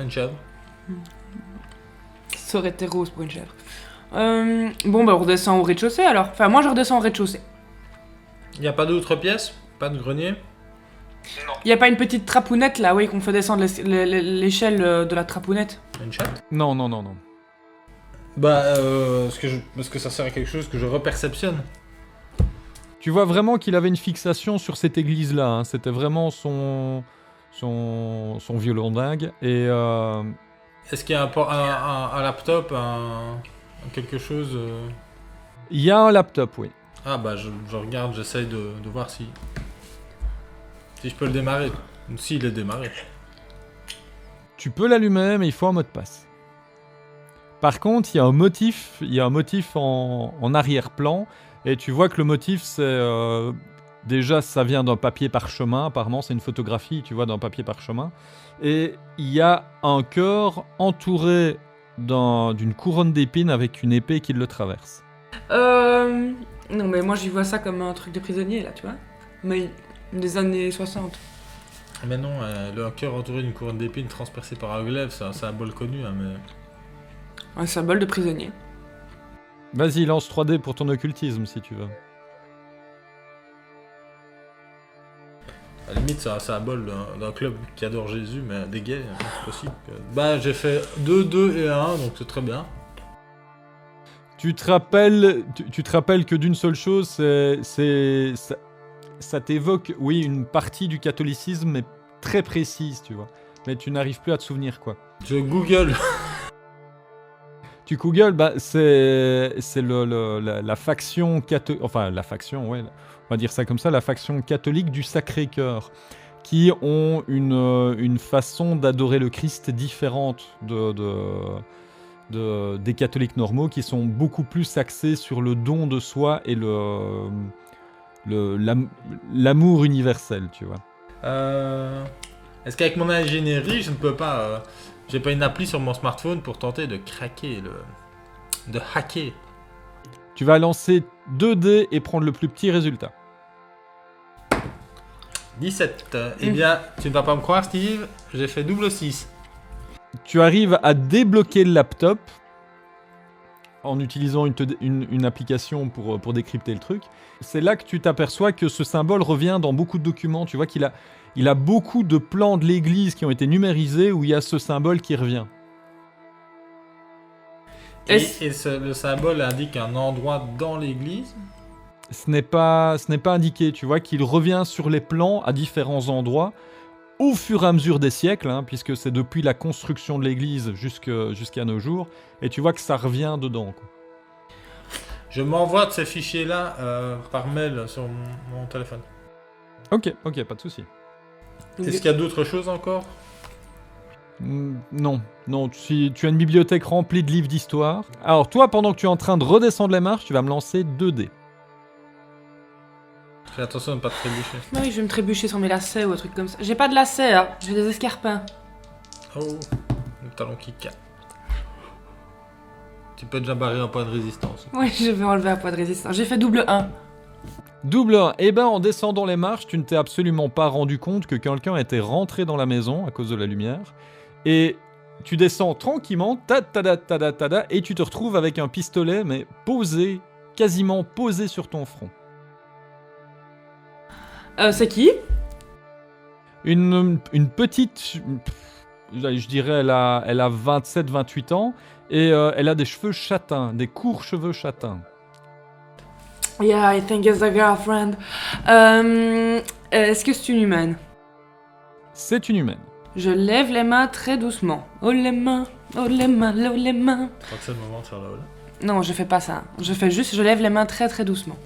Une chèvre.
Ça aurait été rose pour une chèvre. Euh, bon, bah, on redescend au rez-de-chaussée alors. Enfin, moi, je redescends au rez-de-chaussée.
Il n'y a pas d'autres pièces Pas de grenier
Y a pas une petite trapounette là, oui, qu'on fait descendre l'es- l'e- l'e- l'échelle euh, de la trapounette
Une chatte
Non, non, non, non.
Bah, euh, est-ce que, je- est-ce que ça sert à quelque chose que je reperceptionne
Tu vois vraiment qu'il avait une fixation sur cette église-là. hein. C'était vraiment son, son, son violon dingue. Et euh,
Est-ce qu'il y a un, por- un- un- un laptop, un, quelque chose euh
il y a un laptop, oui.
Ah bah, je, je regarde, j'essaye de, de voir si... Si je peux le démarrer. S'il est démarré.
Tu peux l'allumer, mais il faut un mot de passe. Par contre, il y a un motif, il y a un motif en, en arrière-plan, et tu vois que le motif, c'est euh, déjà ça vient d'un papier parchemin. Apparemment, c'est une photographie, tu vois, d'un papier parchemin. Et il y a un cœur entouré d'un- d'une couronne d'épines avec une épée qui le traverse.
Euh. Non, mais moi, j'y vois ça comme un truc de prisonnier là, tu vois. Mais des années 60.
Mais non, euh, le cœur entouré d'une couronne d'épines transpercée par un glaive, c'est un symbole connu, hein, mais...
Un symbole de prisonnier.
Vas-y, lance 3D pour ton occultisme si tu veux.
À la limite, c'est un symbole d'un- d'un club qui adore Jésus, mais des gays, hein, c'est possible. que- Bah, j'ai fait 2, 2 et 1, donc c'est très bien.
Tu te rappelles, tu, tu te rappelles que d'une seule chose, c'est, c'est- ça, ça t'évoque, oui, une partie du catholicisme, mais très précise, tu vois. Mais tu n'arrives plus à te souvenir quoi.
Je Google.
Tu googles, bah, c'est, c'est le, le- la, la faction catholique, enfin la faction, ouais, on va dire ça comme ça, la faction catholique du Sacré-Cœur, qui ont une, euh, une façon d'adorer le Christ différente de, de- de- des catholiques normaux, qui sont beaucoup plus axés sur le don de soi et le, le- l'am- l'amour universel, tu vois.
Euh, Est-ce qu'avec mon ingénierie, je ne peux pas. euh, J'ai pas une appli sur mon smartphone pour tenter de craquer le. de hacker.
Tu vas lancer 2 dés et prendre le plus petit résultat.
17. euh, Eh
Mm.
bien, tu ne vas pas me croire, Steve, j'ai fait double 6.
Tu arrives à débloquer le laptop en utilisant une, te- une- une application pour, euh, pour décrypter le truc. C'est là que tu t'aperçois que ce symbole revient dans beaucoup de documents. Tu vois qu'il a, il a beaucoup de plans de l'église qui ont été numérisés où il y a ce symbole qui revient.
Et,
Est-ce-
et ce- le symbole indique un endroit dans l'église.
Ce n'est pas, ce n'est pas indiqué. Tu vois qu'il revient sur les plans à différents endroits au fur et à mesure des siècles, hein, puisque c'est depuis la construction de l'église jusque- jusqu'à nos jours. Et tu vois que ça revient dedans. quoi.
Je m'envoie de ces fichiers-là euh, par mail sur mon, mon téléphone.
Ok, ok, pas de souci.
Donc,
Est-ce qu'il y a d'autres choses encore
Mm, Non, non, tu, tu as une bibliothèque remplie de livres d'histoire. Alors toi, pendant que tu es en train de redescendre les marches, tu vas me lancer 2 dés.
Fais attention de ne pas te trébucher.
Ah Oui, je vais me trébucher sur mes lacets ou un truc comme ça. J'ai pas de lacets, hein. j'ai des escarpins.
Oh, le talon qui casse. Tu peux déjà barrer un point de résistance.
Oui, je vais enlever un poids de résistance. J'ai fait double 1.
Double 1, eh ben en descendant les marches, tu ne t'es absolument pas rendu compte que quelqu'un était rentré dans la maison à cause de la lumière. Et tu descends tranquillement, ta ta da ta da ta da, et tu te retrouves avec un pistolet, mais posé, quasiment posé sur ton front.
Euh, c'est qui
une, une petite, je je dirais, elle a, elle a 27-28 ans et euh, elle a des cheveux châtains, des courts cheveux châtains.
Yeah, I think it's a girlfriend. Euh, Est-ce que c'est une humaine
C'est une humaine.
Je lève les mains très doucement. Oh les mains Oh les mains, oh les mains.
Je crois que c'est le moment de faire la hola.
Non, je fais pas ça. Je fais juste, je lève les mains très très doucement.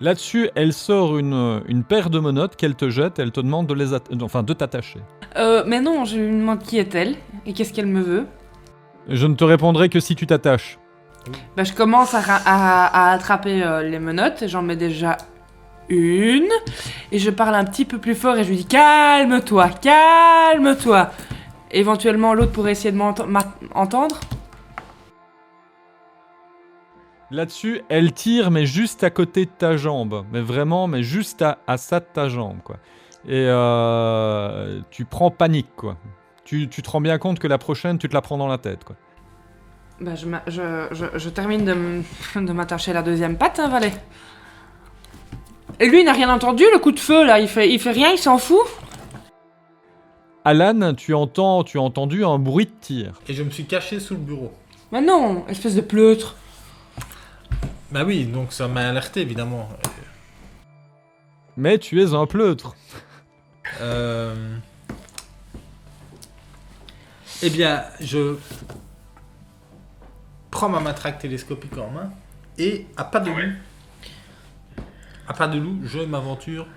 Là-dessus, elle sort une, une paire de menottes qu'elle te jette, elle te demande de les atta- enfin de t'attacher.
Euh, mais non, je lui demande qui est-elle et qu'est-ce qu'elle me veut.
Je ne te répondrai que si tu t'attaches.
Bah, je commence à, ra- à- à attraper euh, les menottes, j'en mets déjà une, et je parle un petit peu plus fort et je lui dis calme-toi, calme-toi. Éventuellement l'autre pourrait essayer de m'ent- m'a- entendre.
Là-dessus, elle tire, mais juste à côté de ta jambe. Mais vraiment, mais juste à, à ça de ta jambe, quoi. Et euh, tu prends panique, quoi. Tu, tu te rends bien compte que la prochaine, tu te la prends dans la tête, quoi.
Bah, je, m'a- je- je- je termine de, m- de m'attacher la deuxième patte, hein, Valet. Et lui, il n'a rien entendu, le coup de feu, là, il fait, il fait rien, il s'en fout.
Alan, tu entends, tu as entendu un bruit de tir.
Et je me suis caché sous le bureau.
Mais non, espèce de pleutre.
Bah oui, donc ça m'a alerté évidemment.
Mais tu es un pleutre.
Euh... Eh bien, je prends ma matraque télescopique en main et à pas de loup, à pas de loup, je m'aventure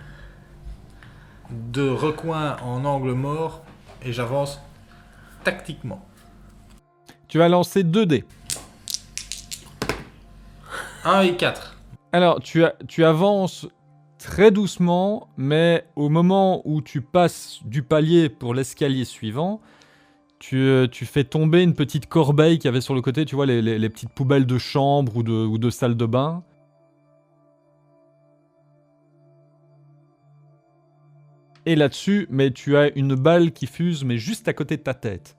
de recoin en angle mort et j'avance tactiquement.
Tu vas lancer 2 dés.
1 et 4.
Alors, tu, a- tu avances très doucement, mais au moment où tu passes du palier pour l'escalier suivant, tu, euh, tu fais tomber une petite corbeille qu'il y avait sur le côté, tu vois, les, les- les petites poubelles de chambre ou de, ou de salle de bain. Et là-dessus, mais tu as une balle qui fuse, mais juste à côté de ta tête.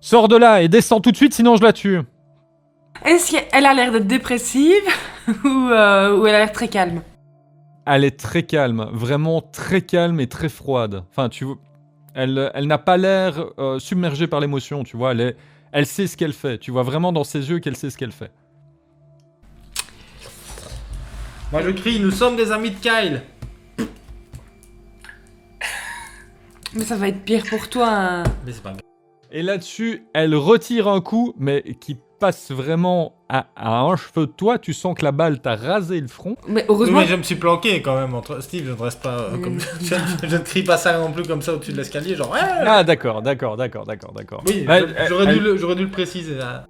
Sors de là et descends tout de suite, sinon je la tue.
Est-ce qu'elle a l'air d'être dépressive ou, euh, ou elle a l'air très calme
Elle est très calme, vraiment très calme et très froide. Enfin, tu vois, elle, elle n'a pas l'air euh, submergée par l'émotion, tu vois. Elle, est- elle sait ce qu'elle fait. Tu vois vraiment dans ses yeux qu'elle sait ce qu'elle fait.
Moi je crie, nous sommes des amis de Kyle.
Mais ça va être pire pour toi. hein.
Mais c'est pas grave.
Et là-dessus, elle retire un coup, mais qui passe vraiment à, à un cheveu de toi. Tu sens que la balle t'a rasé le front.
Mais
Oui,
heureusement.
mais je me suis planqué quand même entre Steve, je ne reste pas euh, comme je, je ne crie pas ça non plus comme ça au-dessus de l'escalier, genre. Ouais
Ah, d'accord, d'accord, d'accord, d'accord, d'accord.
Oui,
Bah,
je-
elle-
j'aurais
elle-
dû, le- j'aurais dû le préciser. hein. là.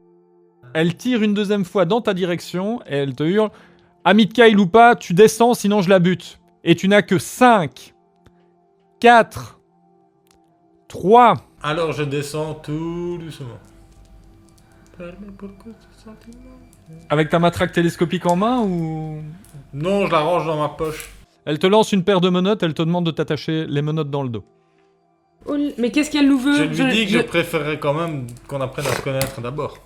Elle tire une deuxième fois dans ta direction et elle te hurle Ami de Kyle ou pas, tu descends sinon je la bute. Et tu n'as que 5, 4, 3.
Alors je descends tout doucement. Permets beaucoup de sentiments.
Avec ta matraque télescopique en main ou.
Non, je la range dans ma poche.
Elle te lance une paire de menottes, elle te demande de t'attacher les menottes dans le dos.
Oh, Mais qu'est-ce qu'elle nous veut
Je lui dis que je
je-
préférerais quand même qu'on apprenne à se connaître d'abord.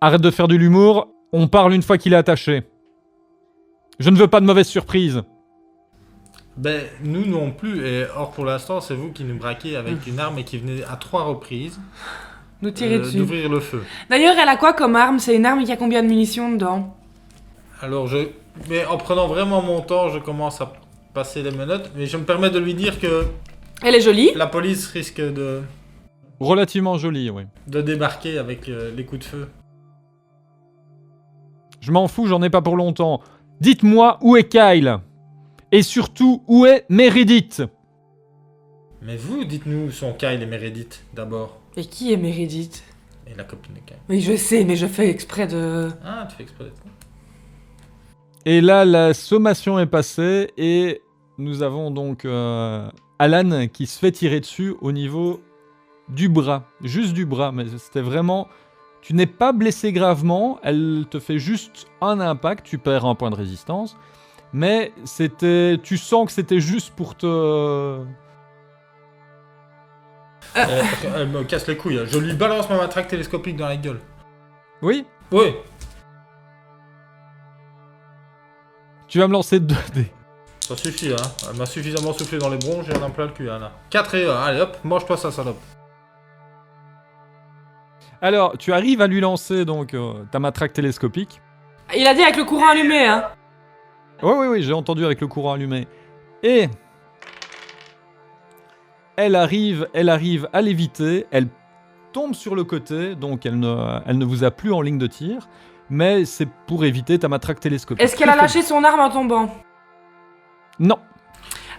Arrête de faire de l'humour, on parle une fois qu'il est attaché. Je ne veux pas de mauvaise surprise.
Ben, nous non plus, et or pour l'instant, c'est vous qui nous braquez avec une arme et qui venez à trois reprises
nous tirer
euh,
dessus.
d'ouvrir le feu.
D'ailleurs, elle a quoi comme arme C'est une arme qui a combien de munitions dedans
Alors je. Mais en prenant vraiment mon temps, je commence à passer les menottes, mais je me permets de lui dire que
Elle est jolie.
la police risque de,
Relativement joli, oui.
de débarquer avec euh, les coups de feu.
Je m'en fous, j'en ai pas pour longtemps. Dites-moi où est Kyle Et surtout, où est Meredith
Mais vous, dites-nous où sont Kyle et Meredith d'abord.
Et qui est Meredith
Et la copine de Kyle.
Mais je sais, mais je fais exprès de.
Ah, tu fais exprès d'être con.
Et là, la sommation est passée et nous avons donc euh, Alan qui se fait tirer dessus au niveau du bras, juste du bras. Mais c'était vraiment, tu n'es pas blessé gravement, elle te fait juste un impact, tu perds un point de résistance, mais c'était, tu sens que c'était juste pour te,
Ah.
Euh, elle me casse les couilles. hein. Je lui balance ma matraque télescopique dans la gueule.
oui.
Oui.
Tu vas me lancer deux dés.
Ça suffit, hein. Elle m'a suffisamment soufflé dans les bronches et elle en plein le cul, hein, là. 4 et 1. Allez, hop, mange-toi ça, salope.
Alors, tu arrives à lui lancer donc euh, ta matraque télescopique.
Il a dit avec le courant allumé, hein
Oui, oui, oui, j'ai entendu avec le courant allumé. Et Elle arrive, elle arrive à l'éviter, elle tombe sur le côté, donc elle ne, elle ne vous a plus en ligne de tir, mais c'est pour éviter ta matraque télescopique.
Est-ce qu'elle a lâché son arme en tombant
Non.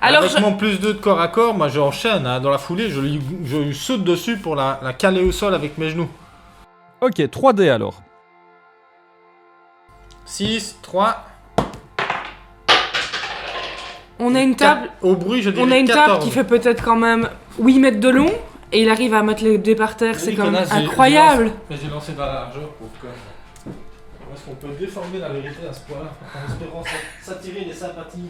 Alors,
Avec
je-
mon plus 2 de corps à corps, moi j'enchaîne. hein. Dans la foulée, je lui, je lui saute dessus pour la, la caler au sol avec mes genoux.
Ok, 3D alors.
6, 3,
on a une table,
Au bruit, je dirais
on a une
14.
table qui fait peut-être quand même 8 mètres de long et il arrive à mettre les dés par terre, c'est
Oui,
quand même
connasse, j'ai-
incroyable.
Mais j'ai lancé dans la largeur pour que. Comment est-ce qu'on peut déformer la vérité à ce point-là En espérant sa- s'attirer les sympathies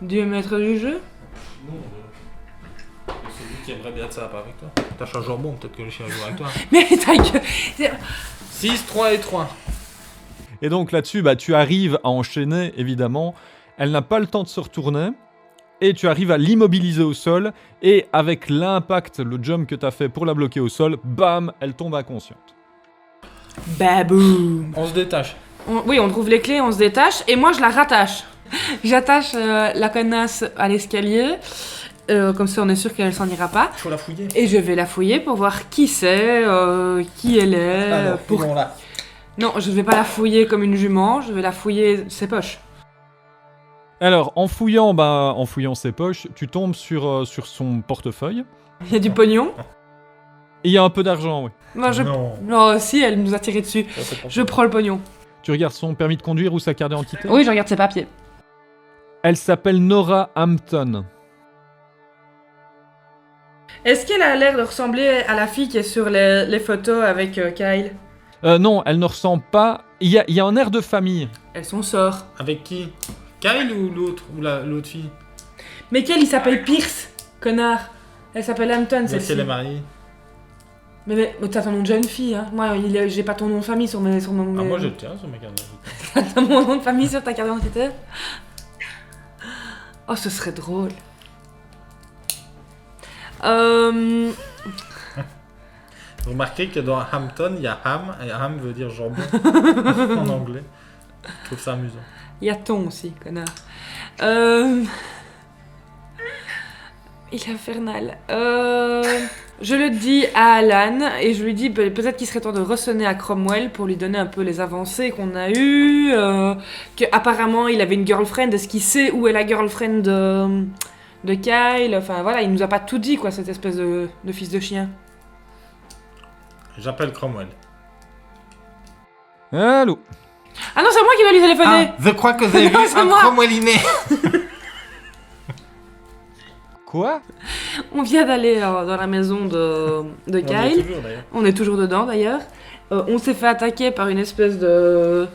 Dieu maître du jeu
Non, de- de celui qui aimerait bien être sympa avec toi. Tâche un jambon, peut-être que le chien joue avec toi.
Mais ta gueule
6, 3 et 3.
Et donc là-dessus, bah, tu arrives à enchaîner, évidemment. Elle n'a pas le temps de se retourner. Et tu arrives à l'immobiliser au sol. Et avec l'impact, le jump que tu as fait pour la bloquer au sol, bam, elle tombe inconsciente.
Baboum
On se détache.
On- Oui, on trouve les clés, on se détache, et moi je la rattache. J'attache euh, la connasse à l'escalier, euh, comme ça on est sûr qu'elle s'en ira pas.
Faut la fouiller.
Et je vais la fouiller pour voir qui c'est, euh, qui elle est.
Alors,
euh, pour...
pour... là.
Non, je vais pas la fouiller comme une jument, je vais la fouiller ses poches.
Alors, en fouillant, bah, en fouillant ses poches, tu tombes sur, euh, sur son portefeuille.
Il y a du pognon.
Et il y a un peu d'argent, oui.
Moi je.
Non.
Non, si, elle nous a tiré dessus.
Ça, c'est pas-
Je prends le pognon.
Tu regardes son permis de conduire ou sa carte d'identité.
Oui, je regarde ses papiers.
Elle s'appelle Nora Hampton.
Est-ce qu'elle a l'air de ressembler à la fille qui est sur les, les photos avec euh, Kyle
Euh, non, elle ne ressemble pas. Il y a, il y a un air de famille.
Elle s'en sort.
Avec qui Kyle ou l'autre Ou la- l'autre fille
Mais quelle il s'appelle Pierce, connard. Elle s'appelle Hampton,
Mais
celle-ci.
elle est mariée.
Mais, mais, mais t'as ton nom de jeune fille, hein. Moi, il est- j'ai pas ton nom de famille sur, mes, sur mon...
Ah,
mes-
moi je tiens sur ma carte d'identité.
T'as mon nom de famille sur ta carte d'identité Oh, ce serait drôle. Euh...
Vous remarquez que dans Hampton, il y a ham, et ham veut dire jambon en anglais. Je trouve ça amusant.
Il y a ton aussi, connard. Euh... Il est infernal. Euh... Je le dis à Alan et je lui dis pe- peut-être qu'il serait temps de ressonner à Cromwell pour lui donner un peu les avancées qu'on a eues. Euh... que apparemment il avait une girlfriend. Est-ce qu'il sait où est la girlfriend de, de Kyle Enfin voilà, il nous a pas tout dit quoi, cette espèce de, de fils de chien.
J'appelle Cromwell.
Allô
Ah non, c'est moi qui dois lui téléphoner
je crois que vous avez
Non, c'est moi.
Cromwelliné.
Quoi
On vient d'aller euh, dans la maison de, de
On y est
Kyle.
toujours, d'ailleurs.
On est toujours dedans d'ailleurs. Euh, on s'est fait attaquer par une espèce de.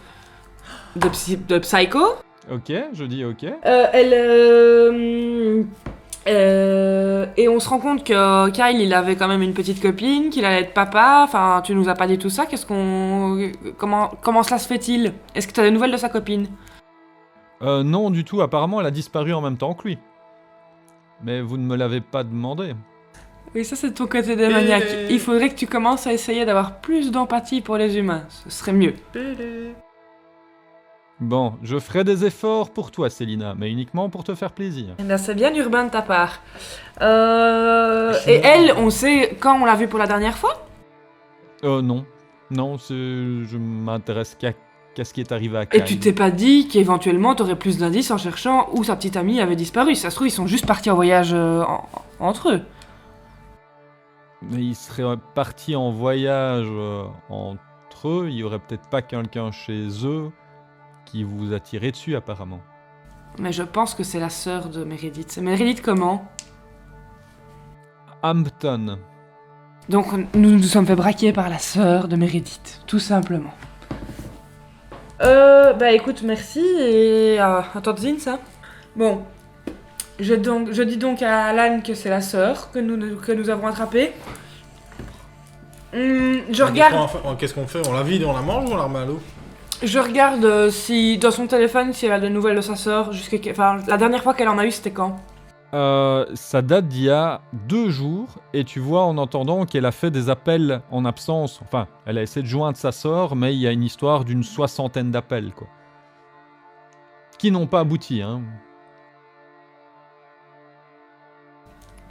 de, psy- de psycho.
Ok, je dis ok.
Euh, elle. euh, euh, et on se rend compte que Kyle il avait quand même une petite copine, qu'il allait être papa. Enfin, tu nous as pas dit tout ça. Qu'est-ce qu'on. Comment, comment cela se fait-il Est-ce que t'as des nouvelles de sa copine
Euh, non, du tout. Apparemment, elle a disparu en même temps que lui. Mais vous ne me l'avez pas demandé.
Oui, ça c'est ton côté démoniaque.
Euh.
Il faudrait que tu commences à essayer d'avoir plus d'empathie pour les humains. Ce serait mieux.
Pélé.
Bon, je ferai des efforts pour toi, Célina, mais uniquement pour te faire plaisir.
Eh ben, c'est bien urbain de ta part. Euh,
Je
et
suis-
elle, on sait quand on l'a vue pour la dernière fois
Euh, non. Non, c'est... je m'intéresse qu'à... qu'à ce qui est arrivé à
Et
Kyle.
tu t'es pas dit qu'éventuellement t'aurais plus d'indices en cherchant où sa petite amie avait disparu. Si ça se trouve, ils sont juste partis en voyage euh, en- entre eux.
Mais ils seraient partis en voyage euh, entre eux. Il y aurait peut-être pas quelqu'un chez eux qui vous a tiré dessus, apparemment.
Mais je pense que c'est la sœur de Meredith. C'est Meredith comment
Hampton.
Donc on- nous nous sommes fait braquer par la sœur de Meredith, tout simplement. Euh, bah écoute, merci et... Euh, attends, zine, ça Bon, je, donc, je dis donc à Alan que c'est la sœur que nous, que nous avons attrapée. Hum, je
On
regarde...
dit quoi, enfin, Qu'est-ce qu'on fait On la vide, on la mange ou on la remet à l'eau
Je regarde euh, si dans son téléphone si elle a des nouvelles de sa sœur. Jusqu'à que- enfin, la dernière fois qu'elle en a eu, c'était quand
Euh, ça date d'il y a deux jours, et tu vois en entendant qu'elle a fait des appels en absence. Enfin, elle a essayé de joindre sa sœur, mais il y a une histoire d'une soixantaine d'appels, quoi. Qui n'ont pas abouti, hein.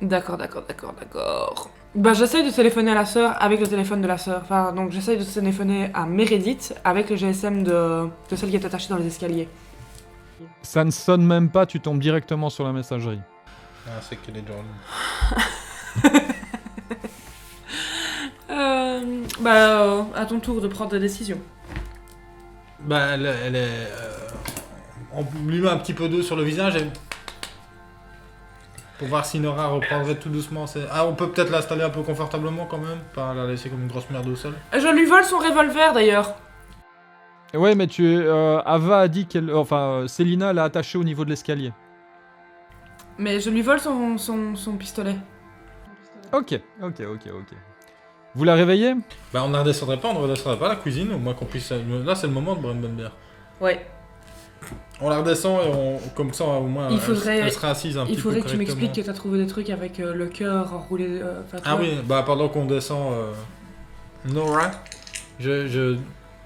D'accord, d'accord, d'accord, d'accord. Bah, j'essaye de téléphoner à la sœur avec le téléphone de la sœur. Enfin, donc j'essaye de téléphoner à Meredith avec le GSM de, de celle qui est attachée dans les escaliers.
Ça ne sonne même pas, tu tombes directement sur la messagerie.
Ah, c'est qu'elle est déjà en ligne.
Euh, bah, euh, à ton tour de prendre des décisions.
Bah, elle, elle est. euh, on lui met un petit peu d'eau sur le visage et. Pour voir si Nora reprendrait tout doucement. ses- Ah, on peut peut-être l'installer un peu confortablement quand même, pas la laisser comme une grosse merde au sol.
Je lui vole son revolver d'ailleurs.
Et Ouais, mais tu. euh, Ava a dit qu'elle. Enfin, euh, Célina l'a attachée au niveau de l'escalier.
Mais je lui vole son, son, son pistolet.
Ok, ok, ok, ok. Vous la réveillez
Bah, on ne la redescendrait pas, on ne redescendrait pas à la cuisine, au moins qu'on puisse. Là, c'est le moment de boire une bonne bière.
Ouais.
On la redescend et on... comme ça, au moins,
Il
elle-
faudrait-
elle, sera assise un petit
Il
peu.
faudrait que tu
correctement.
m'expliques que t'as trouvé des trucs avec euh, le cœur enroulé. euh, enfin, tu
Ah
vois.
oui, bah pendant qu'on descend euh, Nora, je, je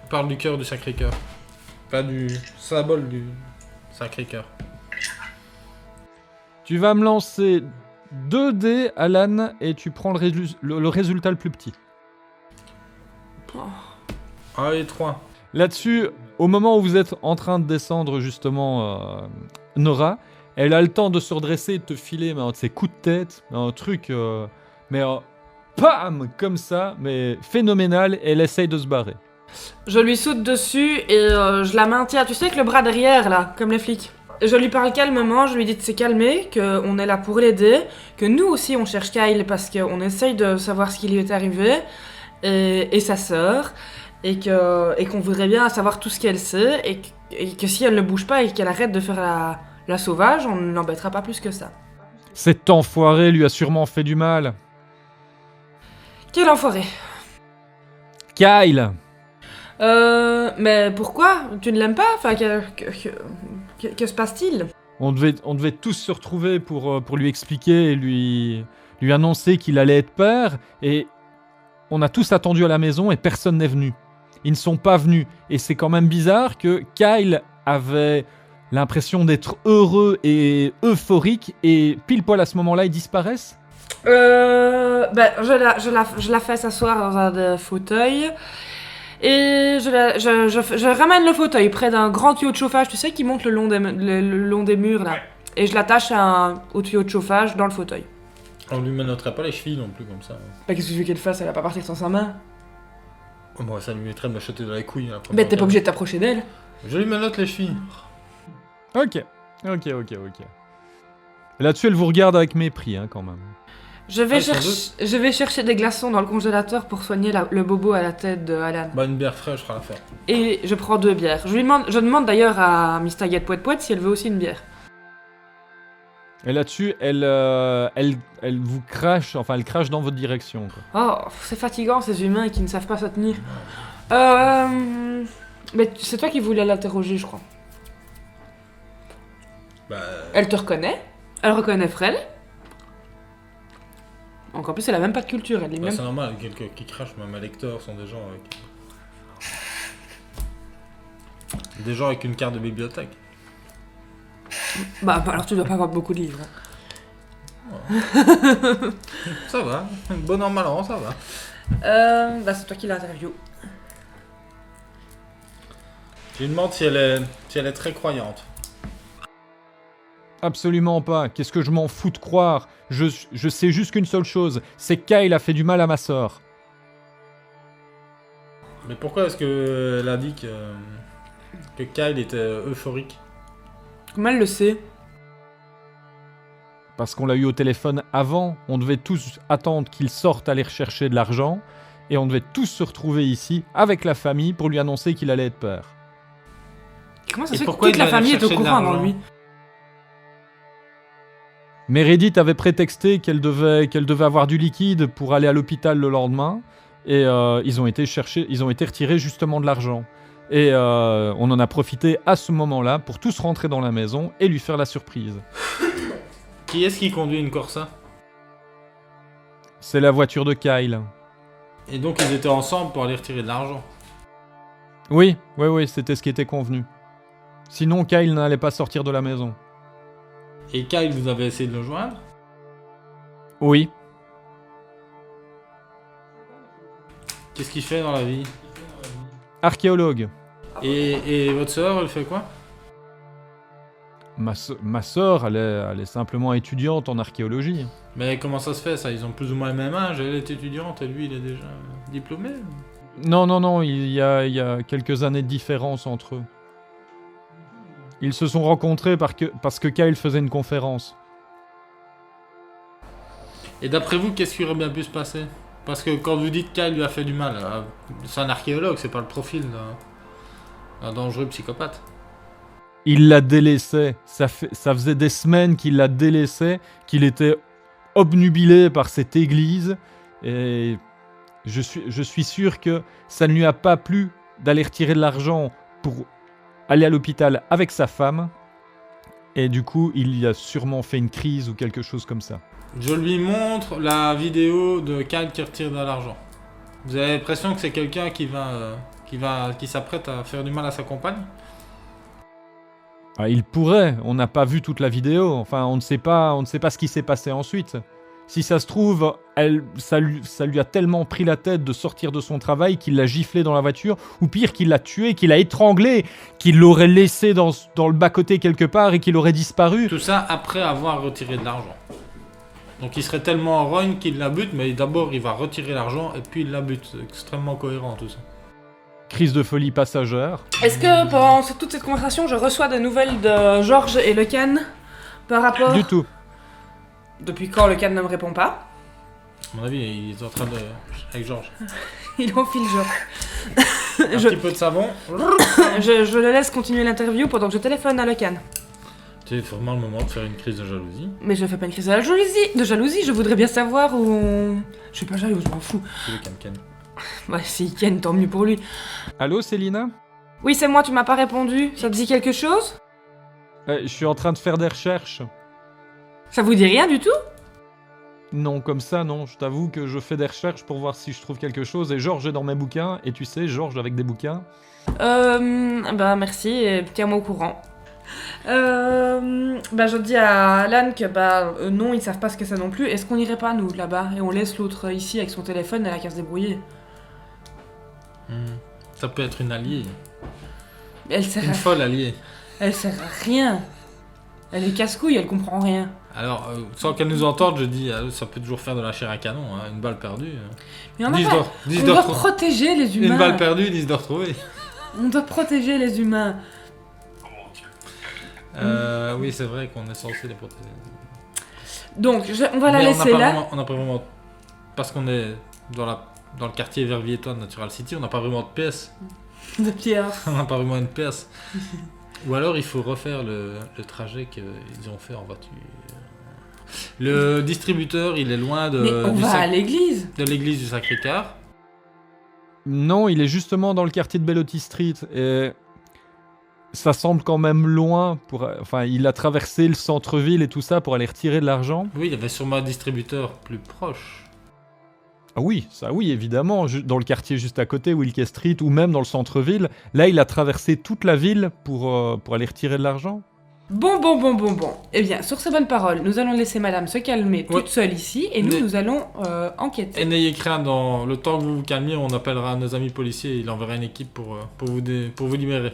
parle du cœur du Sacré-Cœur. Pas du symbole du Sacré-Cœur.
Tu vas me lancer 2 dés, Alan, et tu prends le, résu- le- le résultat le plus petit.
Oh.
Ah et 3.
Là-dessus, au moment où vous êtes en train de descendre, justement, euh, Nora, elle a le temps de se redresser et de te filer mais un de ses coups de tête, un truc, euh, mais euh, PAM Comme ça, mais phénoménal, et elle essaye de se barrer.
Je lui saute dessus et euh, je la maintiens, tu sais, avec le bras derrière, là, comme les flics. Et je lui parle calmement, je lui dis de se calmer, qu'on est là pour l'aider, que nous aussi on cherche Kyle parce qu'on essaye de savoir ce qui lui est arrivé, et, et sa sœur, et que et qu'on voudrait bien savoir tout ce qu'elle sait, et que, et que si elle ne bouge pas et qu'elle arrête de faire la, la sauvage, on ne l'embêtera pas plus que ça.
Cet enfoiré lui a sûrement fait du mal.
Quel enfoiré
Kyle
Euh, mais pourquoi Tu ne l'aimes pas Enfin, que, que- que- que- que se passe-t-il
On devait, on devait tous se retrouver pour, euh, pour lui expliquer et lui, lui annoncer qu'il allait être père. Et on a tous attendu à la maison et personne n'est venu. Ils ne sont pas venus. Et c'est quand même bizarre que Kyle avait l'impression d'être heureux et euphorique. Et pile poil à ce moment-là, ils disparaissent.
Euh, ben, je la, je la, je la fais s'asseoir dans un euh, fauteuil. Et je, la- je, je, je ramène le fauteuil près d'un grand tuyau de chauffage, tu sais, qui monte le long des, mu- le, le long des murs, là. Et je l'attache à un- au tuyau de chauffage dans le fauteuil.
On lui menottrait pas les chevilles non plus comme ça.
Bah, qu'est-ce que tu veux qu'elle fasse Elle va pas partir sans sa
Bah,
main.
Moi ça lui mettrait de me jeter dans les couilles.
Ben,
hein,
t'es pas
premièrement.
obligé de t'approcher d'elle.
Je lui menotte les chevilles.
Ok, ok, ok, ok. Là-dessus, elle vous regarde avec mépris, hein, quand même.
Je vais,
Ah, sans
chercher, je vais chercher des glaçons dans le congélateur pour soigner la- le bobo à la tête de Alan.
Bah une bière fraîche fera l'affaire.
Et je prends deux bières. Je, lui demande, je demande d'ailleurs à Miss Taguette Poète Poète si elle veut aussi une bière.
Et là-dessus, elle, euh, elle, elle vous crache, enfin, elle crache dans votre direction. quoi.
Oh, c'est fatigant ces humains qui ne savent pas se tenir. Euh. Mais tu- c'est toi qui voulais l'interroger, je crois.
Bah
Elle te reconnaît Elle reconnaît Frel Donc en plus, elle a même pas de culture, elle est
bah,
même.
c'est normal, quelqu'un qui crache, même un lecteur sont des gens avec... Des gens avec une carte de bibliothèque.
Bah, bah, alors tu dois pas avoir beaucoup de livres.
Ça va, bon an mal an, ça va.
Euh. Bah, c'est toi qui l'interview.
Je lui demande si elle est, si elle est très croyante.
Absolument pas. Qu'est-ce que je m'en fous de croire je, je sais juste qu'une seule chose, c'est que Kyle a fait du mal à ma sœur.
Mais pourquoi est-ce euh, qu'elle a dit que, que Kyle était euphorique
Comment elle le sait
Parce qu'on l'a eu au téléphone avant, on devait tous attendre qu'il sorte aller rechercher de l'argent, et on devait tous se retrouver ici, avec la famille, pour lui annoncer qu'il allait être père.
Comment ça
Et
se fait que
pourquoi
toute
il
la
va
famille est au
chercher de
courant avant
l'argent
lui
Meredith avait prétexté qu'elle devait, qu'elle devait avoir du liquide pour aller à l'hôpital le lendemain, et euh, ils, ont été chercher, ils ont été retirés justement de l'argent. Et euh, on en a profité à ce moment-là pour tous rentrer dans la maison et lui faire la surprise.
Qui est-ce qui conduit une Corsa
C'est la voiture de Kyle.
Et donc ils étaient ensemble pour aller retirer de l'argent.
Oui, oui, oui, c'était ce qui était convenu. Sinon, Kyle n'allait pas sortir de la maison.
Et Kyle, vous avez essayé de le joindre
Oui.
Qu'est-ce qu'il fait dans la vie
Archéologue.
et, et votre sœur, elle fait quoi
Ma, so- ma sœur, elle est, elle est simplement étudiante en archéologie.
Mais comment ça se fait ça Ils ont plus ou moins le même âge. Elle est étudiante et lui, il est déjà euh, diplômé.
Non, non, non, il y a, il y a quelques années de différence entre eux. Ils se sont rencontrés par que- parce que Kyle faisait une conférence.
Et d'après vous, qu'est-ce qui aurait bien pu se passer Parce que quand vous dites Kyle lui a fait du mal, euh, c'est un archéologue, c'est pas le profil d'un- d'un dangereux psychopathe.
Il la délaissait. Ça, fait- ça faisait des semaines qu'il la délaissait, qu'il était obnubilé par cette église. Et je suis, je suis sûr que ça ne lui a pas plu d'aller retirer de l'argent pour aller à l'hôpital avec sa femme. Et du coup, il y a sûrement fait une crise ou quelque chose comme ça.
Je lui montre la vidéo de Kyle qui retire de l'argent. Vous avez l'impression que c'est quelqu'un qui va, euh, qui va, qui s'apprête à faire du mal à sa compagne
Ah, il pourrait, on n'a pas vu toute la vidéo, enfin on ne sait pas, on ne sait pas ce qui s'est passé ensuite. Si ça se trouve, elle, ça, lui, ça lui a tellement pris la tête de sortir de son travail qu'il l'a giflé dans la voiture, ou pire qu'il l'a tué, qu'il l'a étranglé, qu'il l'aurait laissé dans, dans le bas-côté quelque part et qu'il aurait disparu.
Tout ça après avoir retiré de l'argent. Donc il serait tellement en rogne qu'il la bute, mais d'abord il va retirer l'argent et puis il la bute. C'est extrêmement cohérent tout ça.
Crise de folie passagère.
Est-ce que pendant ce- toute cette conversation, je reçois des nouvelles de Georges et Le Can par rapport.
Du tout.
Depuis quand Le Can ne me répond pas
À mon avis, il est en train de. Avec Georges.
Il enfile Georges.
Un
je,
petit peu de savon.
je, je le laisse continuer l'interview pendant que je téléphone à Le Can.
C'est vraiment le moment de faire une crise de jalousie.
Mais je fais pas une crise de la jalousie, de jalousie, je voudrais bien savoir où. on- Je suis pas jalouse, je m'en fous.
C'est le can-can.
Bah, s'il Ken, tant mieux pour lui.
Allô Célina
Oui, c'est moi, tu m'as pas répondu. Ça te dit quelque chose
Euh, Je suis en train de faire des recherches.
Ça vous dit rien du tout
Non, comme ça, non. Je t'avoue que je fais des recherches pour voir si je trouve quelque chose. Et Georges est dans mes bouquins. Et tu sais, Georges avec des bouquins,
Euh. Bah, merci, et tiens-moi au courant. Euh. Bah, je dis à Alan que, bah, euh, non, ils savent pas ce que c'est non plus. Est-ce qu'on irait pas, nous, là-bas Et on laisse l'autre euh, ici avec son téléphone, elle a qu'à se débrouiller.
Hmm. Ça peut être une alliée.
Elle sert,
Une
à...
folle alliée.
elle sert à rien. Elle est casse-couille, elle comprend rien.
Alors, euh, sans qu'elle nous entende, je dis, euh, ça peut toujours faire de la chair à canon, hein, une balle perdue. euh.
Mais on, a
10
pas-
d'or- 10
on
d'or
doit
trou-
protéger les humains.
Une balle perdue, 10 de retrouvée.
On doit protéger les humains. Hmm.
Euh, oui, c'est vrai qu'on est censé les protéger.
Donc, je- on va la
Mais
laisser
on n'a pas
là.
vraiment- on n'a pas vraiment. Parce qu'on est dans, la, dans le quartier Verviétois de Natural City, on n'a pas vraiment de PS.
De Pierre.
on n'a pas vraiment de PS. Ou alors il faut refaire le, le trajet qu'ils ont fait en voiture. Le distributeur, il est loin de,
Mais on
Euh, du
va
sac-
à l'église.
de l'église du Sacré-Cœur.
Non, il est justement dans le quartier de Bellotti Street et ça semble quand même loin. Pour, enfin, il a traversé le centre-ville et tout ça pour aller retirer de l'argent.
Oui, il y avait sûrement un distributeur plus proche.
Ah oui, ça oui, évidemment, ju- dans le quartier juste à côté, Wilkie Street, ou même dans le centre-ville. Là, il a traversé toute la ville pour, euh, pour aller retirer de l'argent.
Bon, bon, bon, bon, bon. Eh bien, sur ces bonnes paroles, nous allons laisser madame se calmer
Ouais.
toute seule ici et nous,
Mais-
nous allons euh, enquêter.
Et n'ayez crainte, dans le temps que vous vous calmiez, on appellera nos amis policiers et il enverra une équipe pour, euh, pour, vous, dé- pour vous libérer.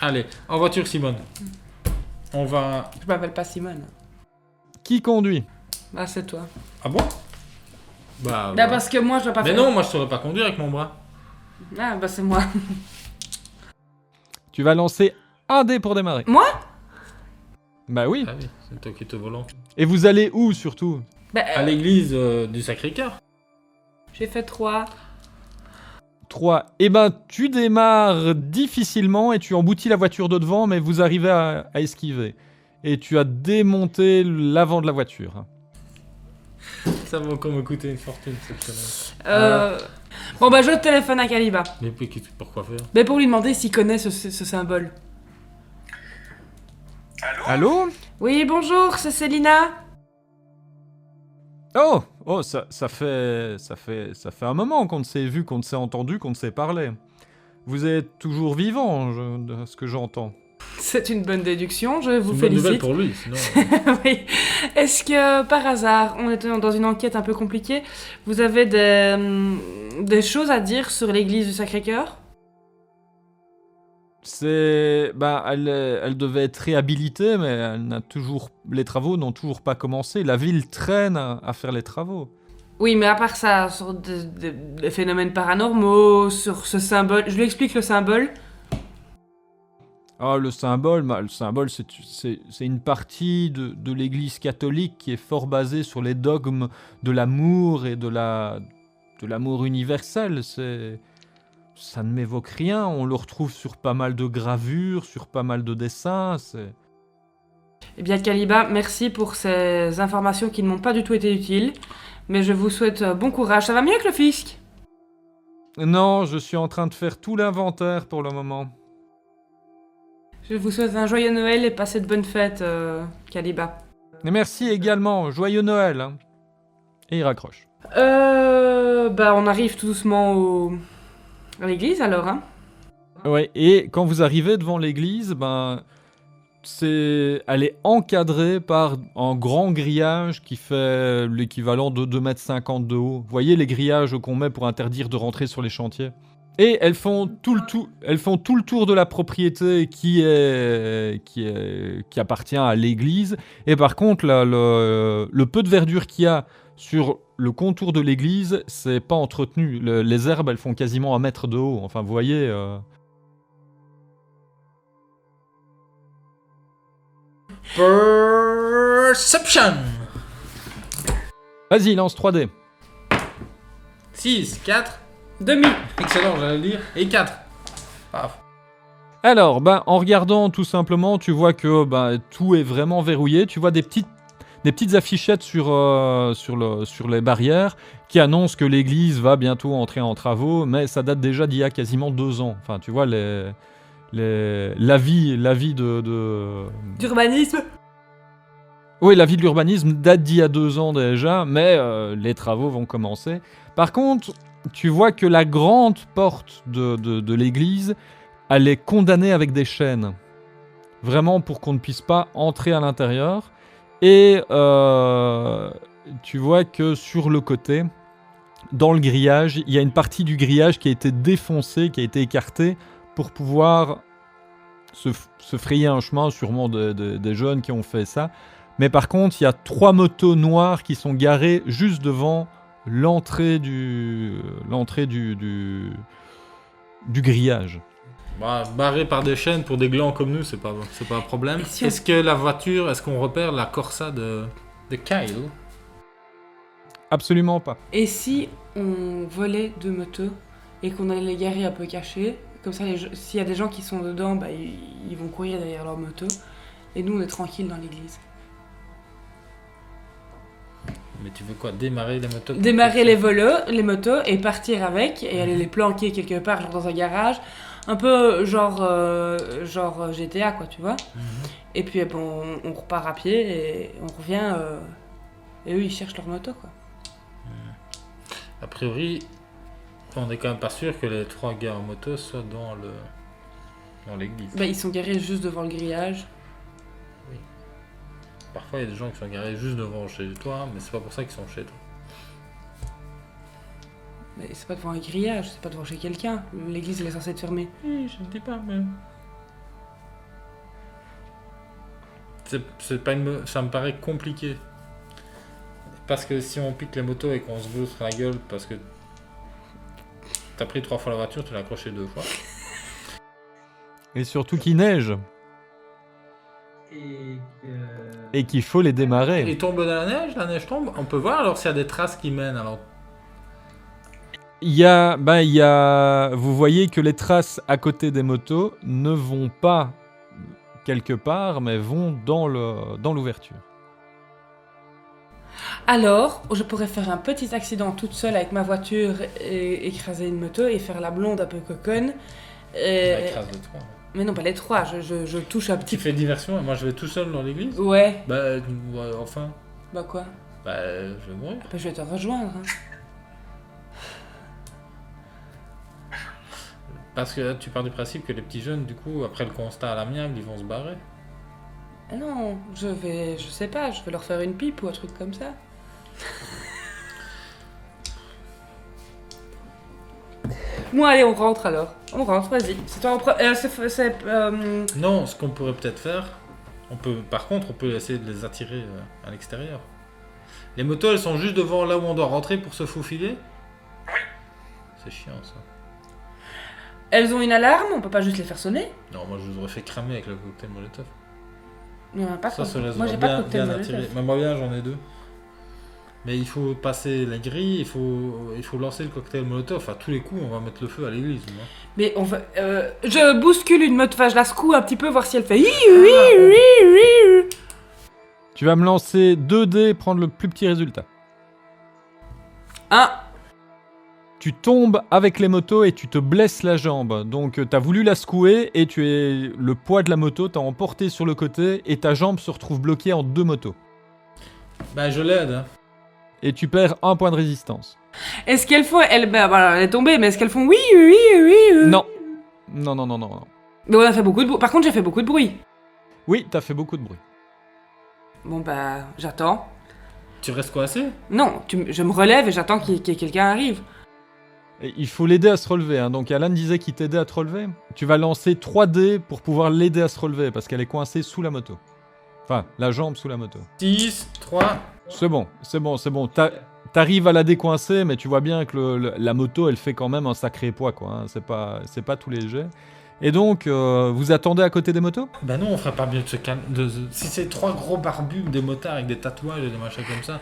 Allez, en voiture, Simone.
Mm.
On va.
Je m'appelle pas Simone.
Qui conduit
Ah, c'est toi.
Ah bon Bah.
Bah,
voilà.
parce que moi, je dois pas
Mais
faire.
non, moi je saurais pas conduire avec mon bras.
Ah, bah, c'est moi.
Tu vas lancer un dé pour démarrer.
Moi
Bah oui.
Ah oui, c'est toi qui te volant.
Et vous allez où surtout
Bah, euh,
À l'église euh, du Sacré-Cœur.
j'ai fait trois.
3. Eh ben, tu démarres difficilement et tu emboutis la voiture de devant, mais vous arrivez à, à esquiver. Et tu as démonté l'avant de la voiture.
Ça va encore me coûter une fortune cette connerie.
Euh... Bon, bah, je téléphone à Kaliba.
Mais puis qu'est-ce- pourquoi faire
Mais pour lui demander s'il connaît ce, ce- ce symbole.
Allô
Oui, bonjour, c'est Célina.
Oh Oh, ça, ça, fait, ça, fait, ça fait un moment qu'on ne s'est vu, qu'on ne s'est entendu, qu'on ne s'est parlé. Vous êtes toujours vivant, je- de ce que j'entends.
C'est une bonne déduction, je vous
une bonne nouvelle
félicite.
pour lui, sinon.
Oui. Est-ce que par hasard, on était dans une enquête un peu compliquée, vous avez des, hum, des choses à dire sur l'église du Sacré-Cœur
C'est, bah, elle, est- elle devait être réhabilitée, mais elle n'a toujours, les travaux n'ont toujours pas commencé. La ville traîne à, à faire les travaux.
Oui, mais à part ça, sur des, des- des phénomènes paranormaux, sur ce symbole, je lui explique le symbole.
Ah, le symbole, bah, le symbole, c'est- c'est c'est une partie de, de l'Église catholique qui est fort basée sur les dogmes de l'amour et de la de l'amour universel. C'est ça ne m'évoque rien. On le retrouve sur pas mal de gravures, sur pas mal de dessins. c'est-
Eh bien, Kaliba, merci pour ces informations qui ne m'ont pas du tout été utiles, mais je vous souhaite euh, bon courage. Ça va mieux avec le fisc
Non, je suis en train de faire tout l'inventaire pour le moment.
Je vous souhaite un joyeux Noël et passez de bonnes fêtes, euh, Kaliba.
Et merci également. Joyeux Noël. hein. Et il raccroche.
Euh, bah, on arrive tout doucement au... à l'église alors, hein
Ouais, et quand vous arrivez devant l'église, ben c'est elle est encadrée par un grand grillage qui fait l'équivalent de 2,50 m de haut. Vous voyez les grillages qu'on met pour interdire de rentrer sur les chantiers. Et elles font tout le tour, elles font tout le tour de la propriété qui est qui est qui appartient à l'église. Et par contre, là, le, le peu de verdure qu'il y a sur le contour de l'église, c'est pas entretenu. Le- les herbes, elles font quasiment un mètre de haut. Enfin, vous voyez. euh,
euh. Perception
Vas-y, lance 3D.
6, 4,
Demi
excellent, j'allais le dire, et 4.
Alors, ben, en regardant tout simplement, tu vois que ben, tout est vraiment verrouillé. Tu vois des petites, des petites affichettes sur, euh, sur, le, sur les barrières qui annoncent que l'église va bientôt entrer en travaux, mais ça date déjà d'il y a quasiment deux ans. Enfin, tu vois, les, les, l'avis, l'avis de, de,
D'urbanisme
Oui, la vie de l'urbanisme date d'il y a deux ans déjà, mais euh, les travaux vont commencer. Par contre, tu vois que la grande porte de, de- de l'église, elle est condamnée avec des chaînes. Vraiment pour qu'on ne puisse pas entrer à l'intérieur. Et euh, tu vois que sur le côté, dans le grillage, il y a une partie du grillage qui a été défoncée, qui a été écartée pour pouvoir se, f- se frayer un chemin, sûrement de- de- des jeunes qui ont fait ça. Mais par contre, il y a trois motos noires qui sont garées juste devant l'entrée du l'entrée du, du du grillage.
Bah, barré par des chaînes pour des glands comme nous, c'est pas, c'est pas un problème.
Et si on-
Est-ce que la voiture, est-ce qu'on repère la Corsa de, de Kyle
Absolument pas.
Et si on volait deux motos et qu'on allait les garer un peu cachées Comme ça, les gens- s'il y a des gens qui sont dedans, bah, ils ils vont courir derrière leur moto. Et nous, on est tranquille dans l'église.
Mais tu veux quoi Démarrer les motos
Démarrer les volos, les motos et partir avec et aller les planquer quelque part, genre dans un garage. Un peu genre, euh, genre euh, GTA, quoi, tu vois. Et puis, eh ben, on, on repart à pied et on revient. euh, et eux, ils cherchent leur moto, quoi.
A priori, on est quand même pas sûr que les trois gars en moto soient dans le dans l'église.
Bah, ils sont garés juste devant le grillage.
Parfois, il y a des gens qui sont garés juste devant chez toi, mais c'est pas pour ça qu'ils sont chez toi.
Mais c'est pas devant un grillage, c'est pas devant chez quelqu'un. L'église, elle est censée être fermée.
Oui, je ne dis pas, mais. C'est, c'est pas une... mo- Ça me paraît compliqué. Parce que si on pique les motos et qu'on se veut sur la gueule parce que t'as pris trois fois la voiture, tu l'as accroché deux fois.
Et surtout qu'il neige
Et que-
et qu'il faut les démarrer.
Il tombe dans la neige, la neige tombe. On peut voir alors s'il y a des traces qui mènent. Alors,
Il y a ben il y a vous voyez que les traces à côté des motos ne vont pas quelque part mais vont dans le dans l'ouverture.
Alors, je pourrais faire un petit accident toute seule avec ma voiture et écraser une moto et faire la blonde un peu coconne. Et-
la trace de toi.
Mais non, pas les trois, je, je- je touche un
Tu
petit peu.
fais diversion et moi je vais tout seul dans l'église
Ouais,
Bah, euh, enfin,
bah quoi
bah, je vais mourir.
Bah, Je vais te rejoindre. hein.
Parce que là, tu pars du principe que les petits jeunes, du coup, après le constat à l'amiable, ils vont se barrer.
Ah non, je vais, je sais pas, je vais leur faire une pipe ou un truc comme ça. Bon, allez, on rentre alors. On rentre, vas-y. C'est toi en pre- euh, c'est- c'est, euh,
Non, ce qu'on pourrait peut-être faire, on peut, par contre, on peut essayer de les attirer euh, à l'extérieur. Les motos, elles sont juste devant là où on doit rentrer pour se faufiler. C'est chiant ça.
Elles ont une alarme, on peut pas juste les faire sonner.
Non, moi je vous aurais fait cramer avec le cocktail Molotov.
Il y en a pas
Ça,
quoi.
ça les
Moi,
aurait
j'ai pas
bien,
de cocktail
bien
Molotov.
attirés. Mais moi bien, j'en ai deux. Mais il faut passer la grille, il faut, il faut lancer le cocktail Molotov. À tous les coups, on va mettre le feu à l'église. moi.
Mais on va. euh, je bouscule une meute, enfin, je la secoue un petit peu, voir si elle fait. Hi, hi,
on-
hi, hi, hi.
Tu vas me lancer 2 dés, prendre le plus petit résultat.
Un.
Tu tombes avec les motos et tu te blesses la jambe. Donc euh, t'as voulu la secouer et tu es le poids de la moto t'a emporté sur le côté et ta jambe se retrouve bloquée en deux motos.
Bah, je l'aide. hein.
Et tu perds un point de résistance.
Est-ce qu'elles font. Elle, ben, voilà, elle est tombée, mais est-ce qu'elles font. Oui, oui, oui, oui.
Non. Non, non, non, non. non.
Mais on a fait beaucoup de bruit. Par contre, j'ai fait beaucoup de bruit.
Oui, t'as fait beaucoup de bruit.
Bon, bah, j'attends.
Tu restes coincé
Non, tu m- je me relève et j'attends qu'il- que quelqu'un arrive.
Et il faut l'aider à se relever. hein. Donc Alan disait qu'il t'aidait à te relever. Tu vas lancer 3 dés pour pouvoir l'aider à se relever parce qu'elle est coincée sous la moto. Enfin, la jambe sous la moto.
6, 3.
C'est bon, c'est bon, c'est bon. T'a- T'arrives à la décoincer, mais tu vois bien que le- le- la moto, elle fait quand même un sacré poids, quoi. hein. C'est pas, c'est pas tout léger. Et donc, euh, vous attendez à côté des motos
Bah non, on ferait pas mieux de se calmer. de- de- Si c'est trois gros barbus, des motards avec des tatouages et des machins comme ça,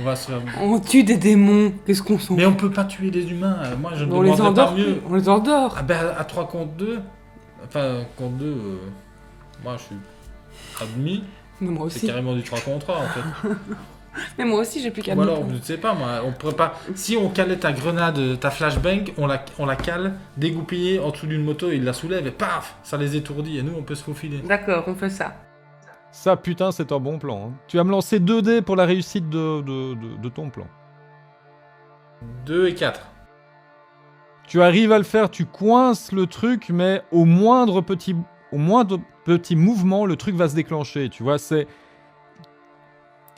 on va se faire...
On tue des démons. Qu'est-ce qu'on s'en
Mais on peut pas tuer les humains. euh, Moi, je ne
On les
demanderais pas
endort.
mieux.
On les endort.
Ah bah, à 3 contre 2... Enfin, contre 2... Moi, je suis admis.
Mais moi
C'est
aussi.
carrément du 3 contre 3, en fait.
Mais moi aussi, j'ai plus qu'à
Ou
me
alors,
prendre.
je ne sais pas, moi, on pourrait pas... Si on calait ta grenade, ta flashbang, on la, on la cale, dégoupillée en dessous d'une moto, ils la soulèvent et paf Ça les étourdit et nous, on peut se faufiler.
D'accord, on fait ça.
Ça, putain, c'est un bon plan. hein. Tu vas me lancer 2 dés pour la réussite de- de- de- de ton plan.
2 et 4.
Tu arrives à le faire, tu coinces le truc, mais au moindre petit, au moindre petit mouvement, le truc va se déclencher. Tu vois, c'est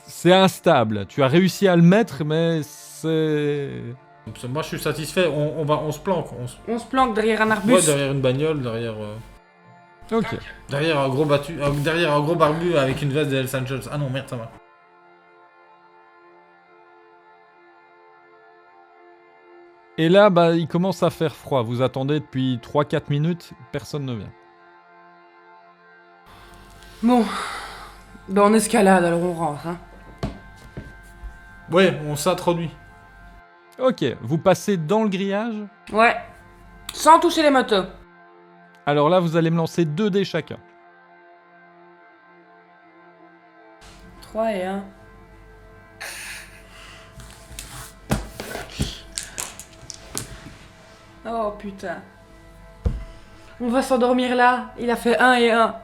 c'est instable. Tu as réussi à le mettre, mais c'est
Moi, je suis satisfait. On, on va, on se planque. On se...
On se planque derrière un
Ouais,
arbuste.
derrière une bagnole, derrière... euh,
ok.
Derrière un gros battu, euh, derrière un gros barbu avec une veste de Hells Angels. Ah non, merde, ça va.
Et là, bah, il commence à faire froid. Vous attendez depuis 3-4 minutes, personne ne vient.
Bon. Ben, on escalade, alors on rentre. Hein.
Ouais, on s'introduit.
Ok, vous passez dans le grillage.
Ouais. Sans toucher les motos.
Alors là, vous allez me lancer 2 dés chacun.
3 et 1. Oh putain. On va s'endormir là. Il a fait 1 et 1.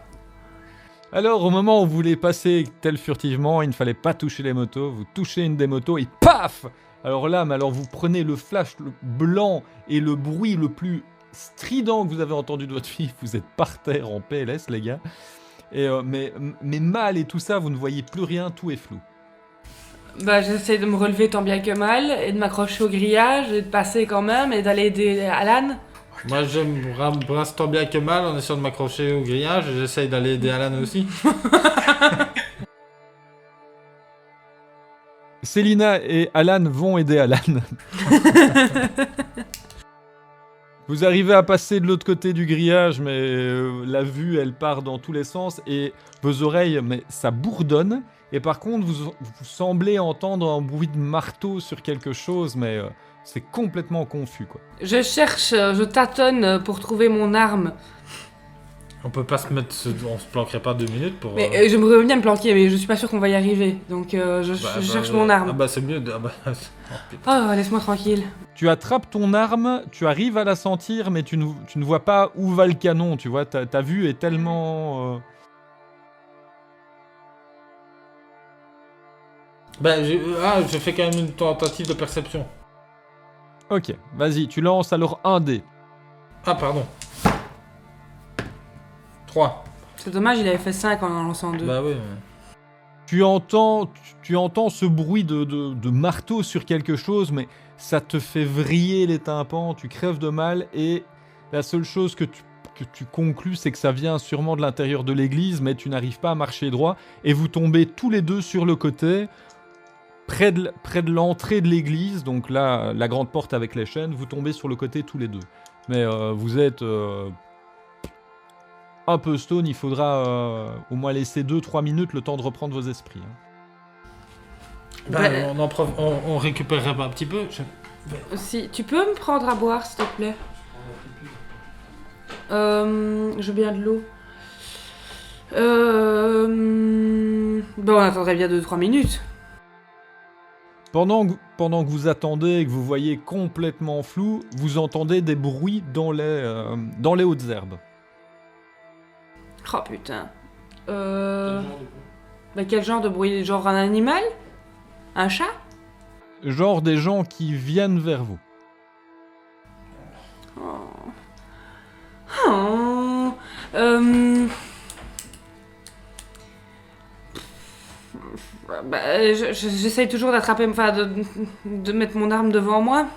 Alors, au moment où vous voulez passer tel furtivement, il ne fallait pas toucher les motos, vous touchez une des motos et paf Alors là, mais alors vous prenez le flash le blanc et le bruit le plus strident que vous avez entendu de votre vie, vous êtes par terre en PLS, les gars. Et euh, mais, mais mal et tout ça, vous ne voyez plus rien, tout est flou.
Bah j'essaie de me relever tant bien que mal et de m'accrocher au grillage et de passer quand même et d'aller aider Alan.
Moi, je me ra- brasse tant bien que mal en essayant de m'accrocher au grillage. et J'essaye d'aller aider Alan aussi.
Célina et Alan vont aider Alan. Vous arrivez à passer de l'autre côté du grillage, mais euh, la vue, elle part dans tous les sens et vos oreilles, mais ça bourdonne. Et par contre, vous, vous semblez entendre un bruit de marteau sur quelque chose, mais euh, c'est complètement confus, quoi.
Je cherche, euh, je tâtonne euh, pour trouver mon arme.
On peut pas se mettre. se- On se planquerait pas deux minutes pour.
Mais
euh,
euh, j'aimerais bien me planquer mais je suis pas sûre qu'on va y arriver. Donc euh, je,
bah,
je
bah,
cherche
euh,
mon
Ah
arme.
bah, c'est mieux. de- ah bah, oh, putain.
Oh laisse-moi tranquille.
Tu attrapes ton arme, tu arrives à la sentir, mais tu ne, tu ne vois pas où va le canon, tu vois. Ta, ta vue est tellement... euh,
Bah, j'ai- ah, je fais quand même une tentative de perception.
Ok, vas-y, tu lances alors un dé.
Ah, pardon. 3.
C'est dommage, il avait fait 5 en en lançant 2.
Bah oui.
Tu entends, tu, tu entends ce bruit de, de- de marteau sur quelque chose, mais ça te fait vriller les tympans, tu crèves de mal, et la seule chose que tu, que tu conclus, c'est que ça vient sûrement de l'intérieur de l'église, mais tu n'arrives pas à marcher droit, et vous tombez tous les deux sur le côté, près de, l- près de l'entrée de l'église, donc là, la grande porte avec les chaînes, vous tombez sur le côté tous les deux. Mais euh, vous êtes euh, un peu stone, il faudra euh, au moins laisser 2-3 minutes le temps de reprendre vos esprits. hein.
Bah,
Bah,
on, en prof- on, on récupérerait pas un petit peu. je-
Euh, Si, tu peux me prendre à boire, s'il te plaît euh, Je veux bien de l'eau. Euh... Bon, on attendrait bien 2-3 minutes.
Pendant que, pendant que vous attendez et que vous voyez complètement flou, vous entendez des bruits dans les, euh, dans les hautes herbes.
Oh putain. Euh... Bah, quel genre de bruit Genre un animal Un chat
Genre des gens qui viennent vers vous.
Oh. Euh... Bah, je- je- J'essaye toujours d'attraper, enfin de, de mettre mon arme devant moi.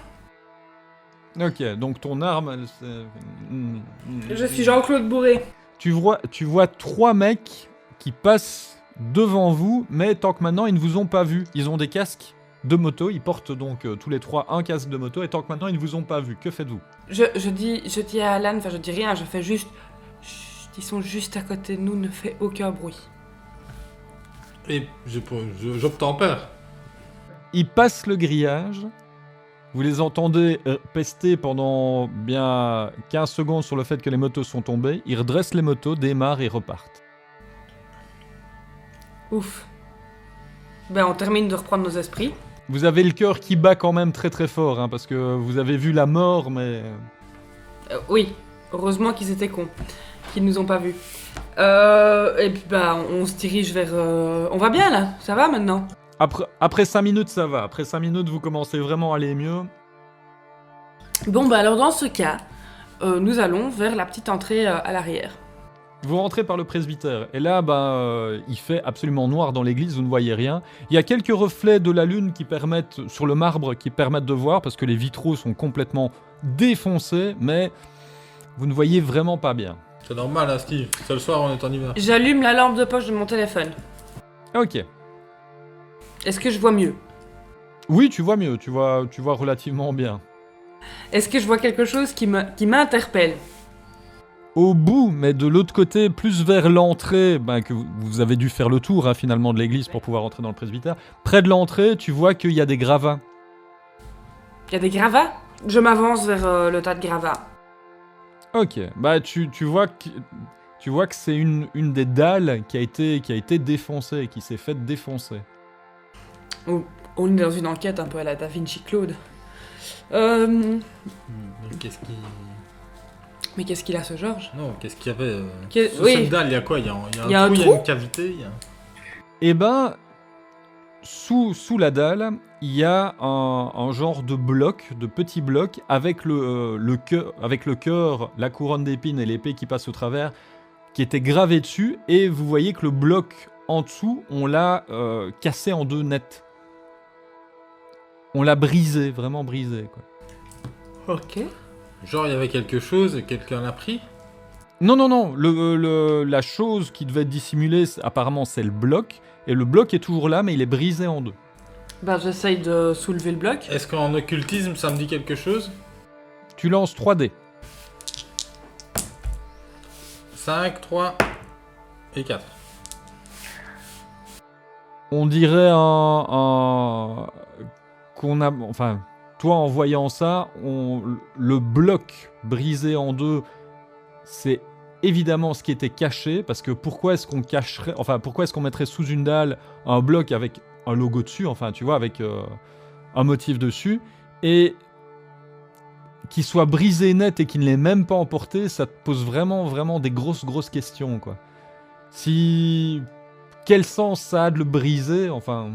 Ok, donc ton arme, elle, c'est- Mm, mm.
Je suis Jean-Claude Bourré.
Tu vois, tu vois trois mecs qui passent devant vous, mais tant que maintenant ils ne vous ont pas vu. Ils ont des casques de moto, ils portent donc euh, tous les trois un casque de moto, et tant que maintenant ils ne vous ont pas vu, que faites-vous
Je, je dis, je dis à Alan, enfin je dis rien, je fais juste. Chut, ils sont juste à côté de nous, ne fais aucun bruit.
Et je, je, j'obtempère.
Ils passent le grillage. Vous les entendez euh, pester pendant bien 15 secondes sur le fait que les motos sont tombées. Ils redressent les motos, démarrent et repartent.
Ouf. Ben on termine de reprendre nos esprits.
Vous avez le cœur qui bat quand même très très fort, hein, parce que vous avez vu la mort, mais...
Euh, oui, heureusement qu'ils étaient cons, qu'ils nous ont pas vus. Euh, et puis bah on, on se dirige vers. euh, On va bien là, ça va maintenant.
Après, après 5 minutes, ça va. Après 5 minutes, vous commencez vraiment à aller mieux.
Bon bah alors dans ce cas, euh, nous allons vers la petite entrée euh, à l'arrière.
Vous rentrez par le presbytère, et là, bah, euh, il fait absolument noir dans l'église, vous ne voyez rien. Il y a quelques reflets de la lune qui permettent, sur le marbre, qui permettent de voir, parce que les vitraux sont complètement défoncés, mais vous ne voyez vraiment pas bien.
C'est normal, hein, Steve. C'est le soir, on est en hiver.
J'allume la lampe de poche de mon téléphone.
Ok.
Est-ce que je vois mieux
Oui, tu vois mieux, tu vois, tu vois relativement bien.
Est-ce que je vois quelque chose qui me- qui m'interpelle
Au bout, mais de l'autre côté, plus vers l'entrée, bah, que vous- vous avez dû faire le tour hein, finalement de l'église pour pouvoir entrer dans le presbytère, près de l'entrée, tu vois qu'il y a des gravats.
Il y a des gravats Je m'avance vers euh, le tas de gravats.
Ok, bah tu, tu vois que tu vois que c'est une, une des dalles qui a été qui a été défoncée, qui s'est faite défoncer.
On est dans une enquête un peu à la Da Vinci Claude. Euh,
Hmm. Mais Qu'est-ce qui.
mais qu'est-ce qu'il a ce Georges
Non, qu'est-ce qu'il y avait euh,
Que-
sous
oui.
cette dalle Il y a quoi Il y a, un- il y a un,
Il y a un
trou, il y
trou
a une cavité. il y a-
Et ben sous, sous la dalle, il y a un, un genre de bloc, de petit bloc avec le euh, le cœur, avec le cœur, la couronne d'épines et l'épée qui passe au travers, qui était gravé dessus. Et vous voyez que le bloc en dessous, on l'a euh, cassé en deux net. On l'a brisé, vraiment brisé quoi.
Ok.
Genre, il y avait quelque chose et quelqu'un l'a pris.
Non, non, non. Le, le- la chose qui devait être dissimulée, c'est- apparemment, c'est le bloc. Et le bloc est toujours là, mais il est brisé en deux.
Bah j'essaye de soulever le bloc.
Est-ce qu'en occultisme, ça me dit quelque chose
Tu lances 3D.
5, 3 et 4.
On dirait un. un- qu'on a. Enfin, toi, en voyant ça, on, le bloc brisé en deux, c'est évidemment ce qui était caché. Parce que pourquoi est-ce qu'on cacherait. Enfin, pourquoi est-ce qu'on mettrait sous une dalle un bloc avec un logo dessus, enfin, tu vois, avec euh, un motif dessus, et qu'il soit brisé net et qu'il ne l'ait même pas emporté, ça te pose vraiment, vraiment des grosses, grosses questions, quoi. Si quel sens ça a de le briser Enfin,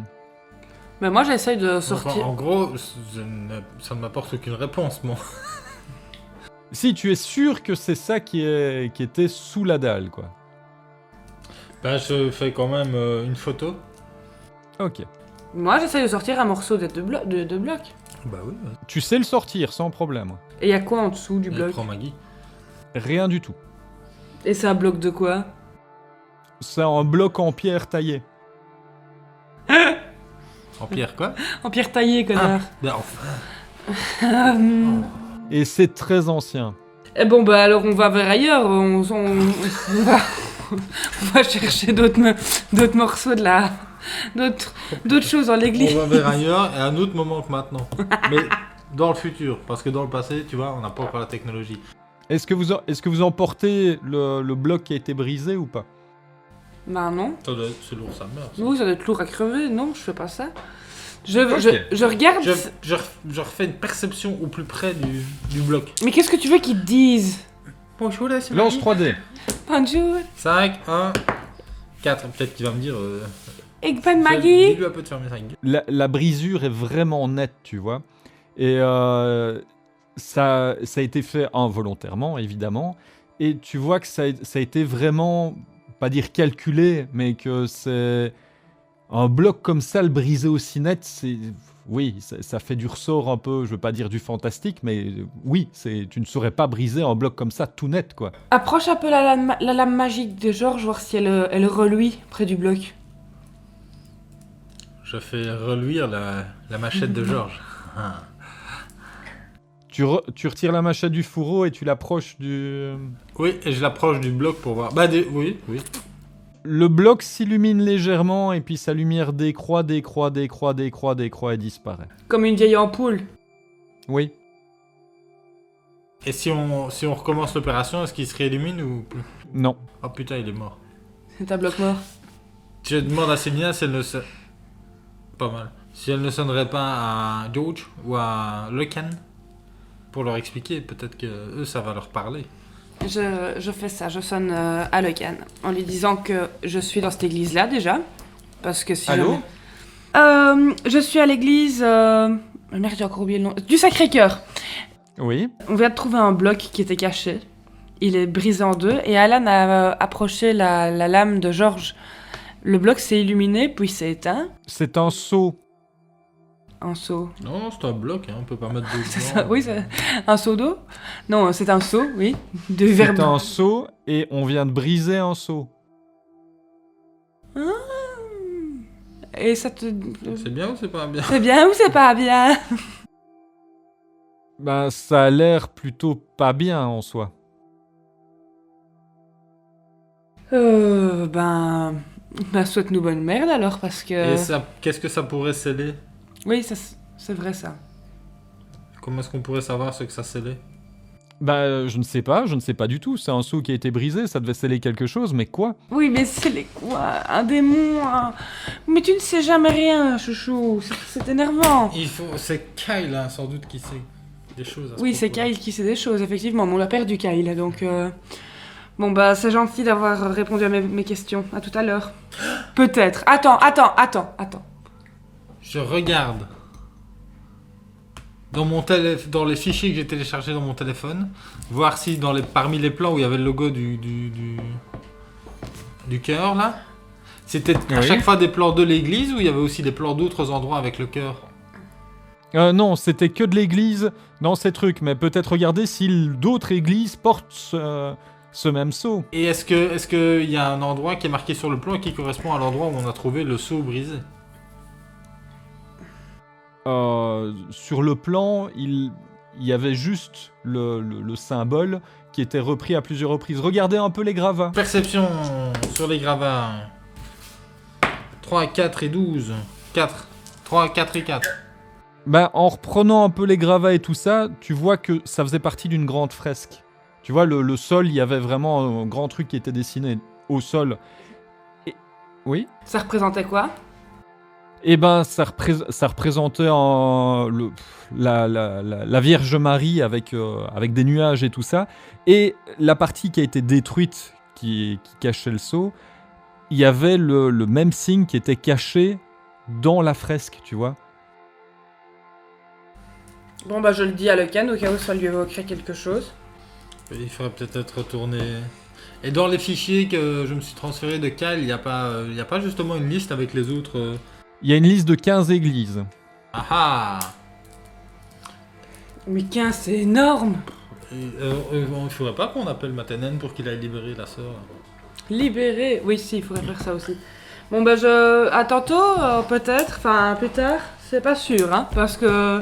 Mais moi j'essaye de
Enfin,
sortir.
en gros, je ne- ça ne m'apporte aucune réponse, moi.
Si tu es sûr que c'est ça qui, est, qui était sous la dalle, quoi.
Ben, je fais quand même euh, une photo.
Ok.
Moi, j'essaye de sortir un morceau de, de, blo- de- de bloc.
Bah oui,
Tu sais le sortir sans problème.
Et y a quoi en dessous du
je
bloc
prends Maggie.
Rien du tout.
Et c'est un bloc de quoi
C'est un bloc en pierre taillé.
En pierre, quoi
En pierre taillée, connard.
Ben, enfin. Ah.
Euh,
Et c'est très ancien.
Eh bon, bah alors on va vers ailleurs, on, on- on va, on va chercher d'autres me- d'autres morceaux de la. d'autres d'autres choses dans
On
l'église.
va vers ailleurs et à un autre moment que maintenant. Mais dans le futur, parce que dans le passé, tu vois, on n'a pas encore la technologie.
Est-ce que, vous en- est-ce que vous emportez le, le bloc qui a été brisé ou pas
Bah non.
Ça doit être- C'est lourd, ça meurt. ça.
Nous, ça doit être lourd à crever, non, je fais pas ça. Je, je, je regarde.
Je, je ref- je refais une perception au plus près du, du bloc.
Mais qu'est-ce que tu veux qu'ils te disent
Bonjour, là, c'est
Lance 3D.
Bonjour,
5, 1, 4. Peut-être qu'il va me dire. euh,
ik ben
Fais-
Maggie.
Dis-lui un peu de fermer sa gueule.
La, la brisure est vraiment nette, tu vois. Et euh, ça, ça a été fait involontairement, évidemment. Et tu vois que ça, a- ça a été vraiment, pas dire calculé, mais que c'est. Un bloc comme ça, le briser aussi net, c'est. Oui, ça, ça fait du ressort un peu, je veux pas dire du fantastique, mais euh, oui, c'est tu ne saurais pas briser un bloc comme ça tout net, quoi.
Approche un peu la lame, la lame magique de Georges, voir si elle, euh, elle reluit près du bloc.
Je fais reluire la, la machette de Georges. Ah.
Tu, re- tu retires la machette du fourreau et tu l'approches du.
Oui, et je l'approche du bloc pour voir. Bah, des- oui, oui.
Le bloc s'illumine légèrement et puis sa lumière décroît, décroît, décroît, décroît, décroît et disparaît.
Comme une vieille ampoule.
Oui.
Et si on, si on recommence l'opération, est-ce qu'il se réillumine ou. plus
Non.
Oh putain, il est mort.
C'est un bloc mort.
Je demande à Célina si elle ne se... Pas mal. Si elle ne sonnerait pas à George ou à Lecan pour leur expliquer, peut-être que eux ça va leur parler.
Je, je fais ça, je sonne euh, à Logan en lui disant que je suis dans cette église-là déjà. Parce que si.
Allô
jamais- Euh, Je suis à l'église. euh, Merde, j'ai encore oublié le nom. Du Sacré-Cœur.
Oui.
On vient de trouver un bloc qui était caché. Il est brisé en deux et Alan a euh, approché la, la lame de Georges. Le bloc s'est illuminé puis s'est éteint.
C'est un seau.
Un seau.
Non, c'est un bloc, hein, on peut pas mettre de
C'est
gens.
ça, oui, c'est un seau d'eau Non, c'est un seau, oui. De
C'est
verbe.
un seau et on vient de briser un seau.
Et ça te.
C'est bien ou c'est pas bien
C'est bien ou c'est pas bien
Ben, ça a l'air plutôt pas bien en soi.
Euh, ben, ben souhaite-nous bonne merde alors parce que.
Et ça, qu'est-ce que ça pourrait sceller
Oui, ça, c'est- c'est vrai ça.
Comment est-ce qu'on pourrait savoir ce que ça scellait
Ben, euh, je ne sais pas, je ne sais pas du tout. C'est un seau qui a été brisé, ça devait sceller quelque chose, mais quoi
Oui, mais c'est les quoi Un démon un- Mais tu ne sais jamais rien, chouchou. C'est- C'est énervant.
Il faut, c'est Kyle hein, sans doute qui sait des choses. à ce
Oui, c'est
propos.
Kyle qui sait des choses, effectivement. Mais on l'a perdu, Kyle, donc. euh, Bon, bah, c'est gentil d'avoir répondu à mes, mes questions. À tout à l'heure. Peut-être. Attends, attends, attends, attends.
Je regarde dans mon télé- dans les fichiers que j'ai téléchargés dans mon téléphone, voir si dans les parmi les plans où il y avait le logo du du, du, du cœur là, c'était à
Oui.
chaque fois des plans de l'église ou il y avait aussi des plans d'autres endroits avec le cœur.
Euh, non, c'était que de l'église dans ces trucs, mais peut-être regarder si d'autres églises portent ce, euh, ce même seau.
Et est-ce que est-ce que il y a un endroit qui est marqué sur le plan et qui correspond à l'endroit où on a trouvé le seau brisé
Euh, sur le plan, il, il y avait juste le, le- le symbole qui était repris à plusieurs reprises. Regardez un peu les gravats.
Perception sur les gravats. 3, 4 et 12. 4. 3, 4 et 4.
Bah, en reprenant un peu les gravats et tout ça, tu vois que ça faisait partie d'une grande fresque. Tu vois, le, le sol, il y avait vraiment un grand truc qui était dessiné au sol. Et- Oui
Ça représentait quoi
Eh ben, ça, représ- ça représentait en- le- pff, la, la- la- la Vierge Marie avec, euh, avec des nuages et tout ça. Et la partie qui a été détruite, qui, qui cachait le seau, il y avait le, le même signe qui était caché dans la fresque, tu vois.
Bon, bah, je le dis à Locan au cas où ça lui évoquerait quelque chose.
Il faudrait peut-être retourner. Et dans les fichiers que je me suis transféré de Cal, il n'y a, pas, euh, il y a pas justement une liste avec les autres. euh,
Il y a une liste de 15 églises.
Ah ah
Mais 15, c'est énorme
Et, euh, euh, Il faudrait pas qu'on appelle Matenen pour qu'il aille libérer la sœur.
Libéré. Oui, si, il faudrait faire ça aussi. Bon, bah, je. À tantôt, euh, peut-être. Enfin, plus tard. C'est pas sûr, hein. Parce que.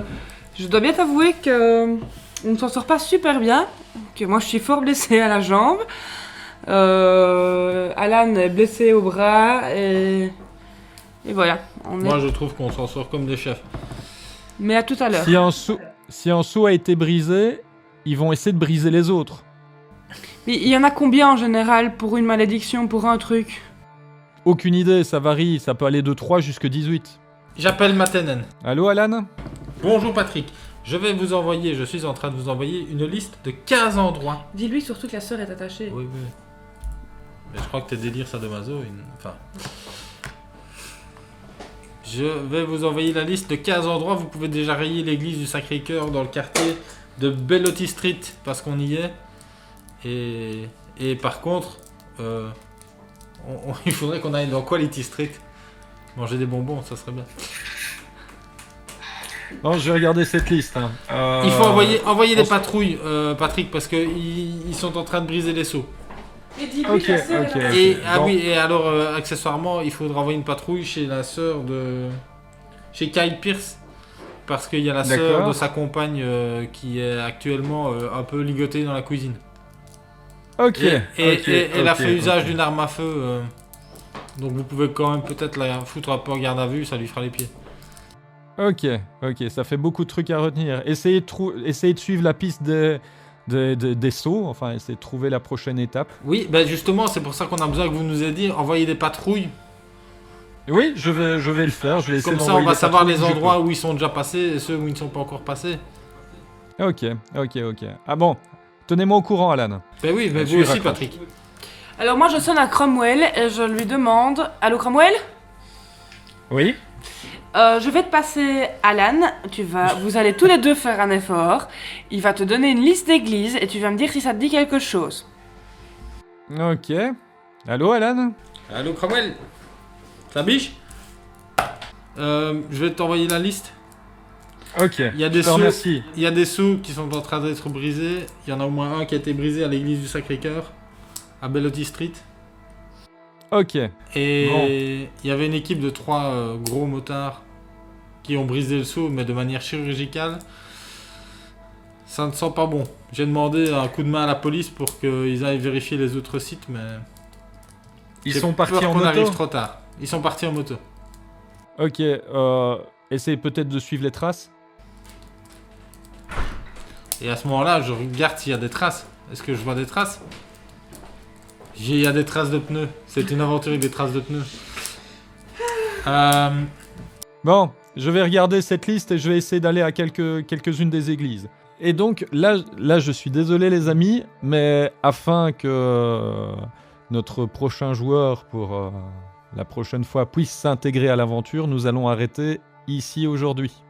Je dois bien t'avouer que. On ne s'en sort pas super bien. Que moi, je suis fort blessée à la jambe. Euh, Alan est blessé au bras. Et. Et voilà. On est-
Moi, je trouve qu'on s'en sort comme des chefs.
Mais à tout à l'heure.
Si un, sceau, si un sceau a été brisé, ils vont essayer de briser les autres.
Mais Il y en a combien en général pour une malédiction, pour un truc
Aucune idée, ça varie, ça peut aller de 3 jusque 18.
J'appelle Matenen.
Allô Alan
Bonjour Patrick. Je vais vous envoyer, je suis en train de vous envoyer une liste de 15 endroits.
Dis-lui surtout que la sœur est attachée.
Oui, oui. Mais je crois que tes délires sadomaso, une... enfin... Je vais vous envoyer la liste de 15 endroits. Vous pouvez déjà rayer l'église du Sacré-Cœur dans le quartier de Bellotti Street, parce qu'on y est. Et, et par contre, euh, on- on- il faudrait qu'on aille dans Quality Street. Manger des bonbons, ça serait bien.
Non, je vais regarder cette liste. hein. Euh,
Il faut envoyer, envoyer des
on s-
patrouilles, euh, Patrick, parce qu'ils ils sont en train de briser les seaux.
Et dis-lui
Ok, ok.
Et, ah
Bon.
oui, et alors, euh, accessoirement, il faudra envoyer une patrouille chez la sœur de. chez Kyle Pierce. Parce qu'il y a la sœur
D'accord.
de sa compagne euh, qui est actuellement euh, un peu ligotée dans la cuisine.
Ok.
et et-
ok,
et- et elle a
ok,
fait usage
ok.
d'une arme à feu. euh, donc vous pouvez quand même peut-être la foutre un peu en garde à vue, ça lui fera les pieds.
Ok, ok, ça fait beaucoup de trucs à retenir. Essayez de, trou- essayez de suivre la piste des, des, des- des sauts, enfin, essayez de trouver la prochaine étape.
Oui, ben justement, c'est pour ça qu'on a besoin que vous nous aidiez, envoyer des patrouilles.
Oui, je vais, je vais le faire, je vais essayer
Comme ça, on
d'envoyer
va
des
savoir
patrouilles
les
où je
endroits où ils sont déjà passés et ceux où ils ne sont pas encore passés.
peux. Ok, ok, ok. Ah bon, tenez-moi au courant, Alan.
Ben oui, mais
Je
vous
lui
aussi,
raconte.
Patrick.
Alors moi je sonne à Cromwell et je lui demande Allô Cromwell
Oui
Euh, Je vais te passer Alan, tu vas, vous allez tous les deux faire un effort. Il va te donner une liste d'églises et tu vas me dire si ça te dit quelque chose.
Ok. Allô, Alan
Allô Cromwell Ça biche Euh, Je vais t'envoyer la liste.
Ok.
Il y a des
Je te
sous.
remercie.
Il y a des sous qui sont en train d'être brisés. Il y en a au moins un qui a été brisé à l'église du Sacré-Cœur, à Bellotti Street.
Ok,
Et il y avait une équipe de trois euh, gros motards qui ont brisé le seau, mais de manière chirurgicale. Ça ne sent pas bon. J'ai demandé un coup de main à la police pour qu'ils aillent vérifier les autres sites, mais
ils
j'ai
sont partis
peur
en
qu'on arrive
moto.
trop tard. Ils sont partis en moto.
Ok, euh, essayez peut-être de suivre les traces.
Et à ce moment-là, je regarde s'il y a des traces. Est-ce que je vois des traces J'ai- Il y a des traces de pneus. C'est une aventure avec des traces de pneus. Euh,
Bon, je vais regarder cette liste et je vais essayer d'aller à quelques, quelques-unes des églises. Et donc là, là, je suis désolé les amis, mais afin que euh, notre prochain joueur pour euh, la prochaine fois puisse s'intégrer à l'aventure, nous allons arrêter ici aujourd'hui.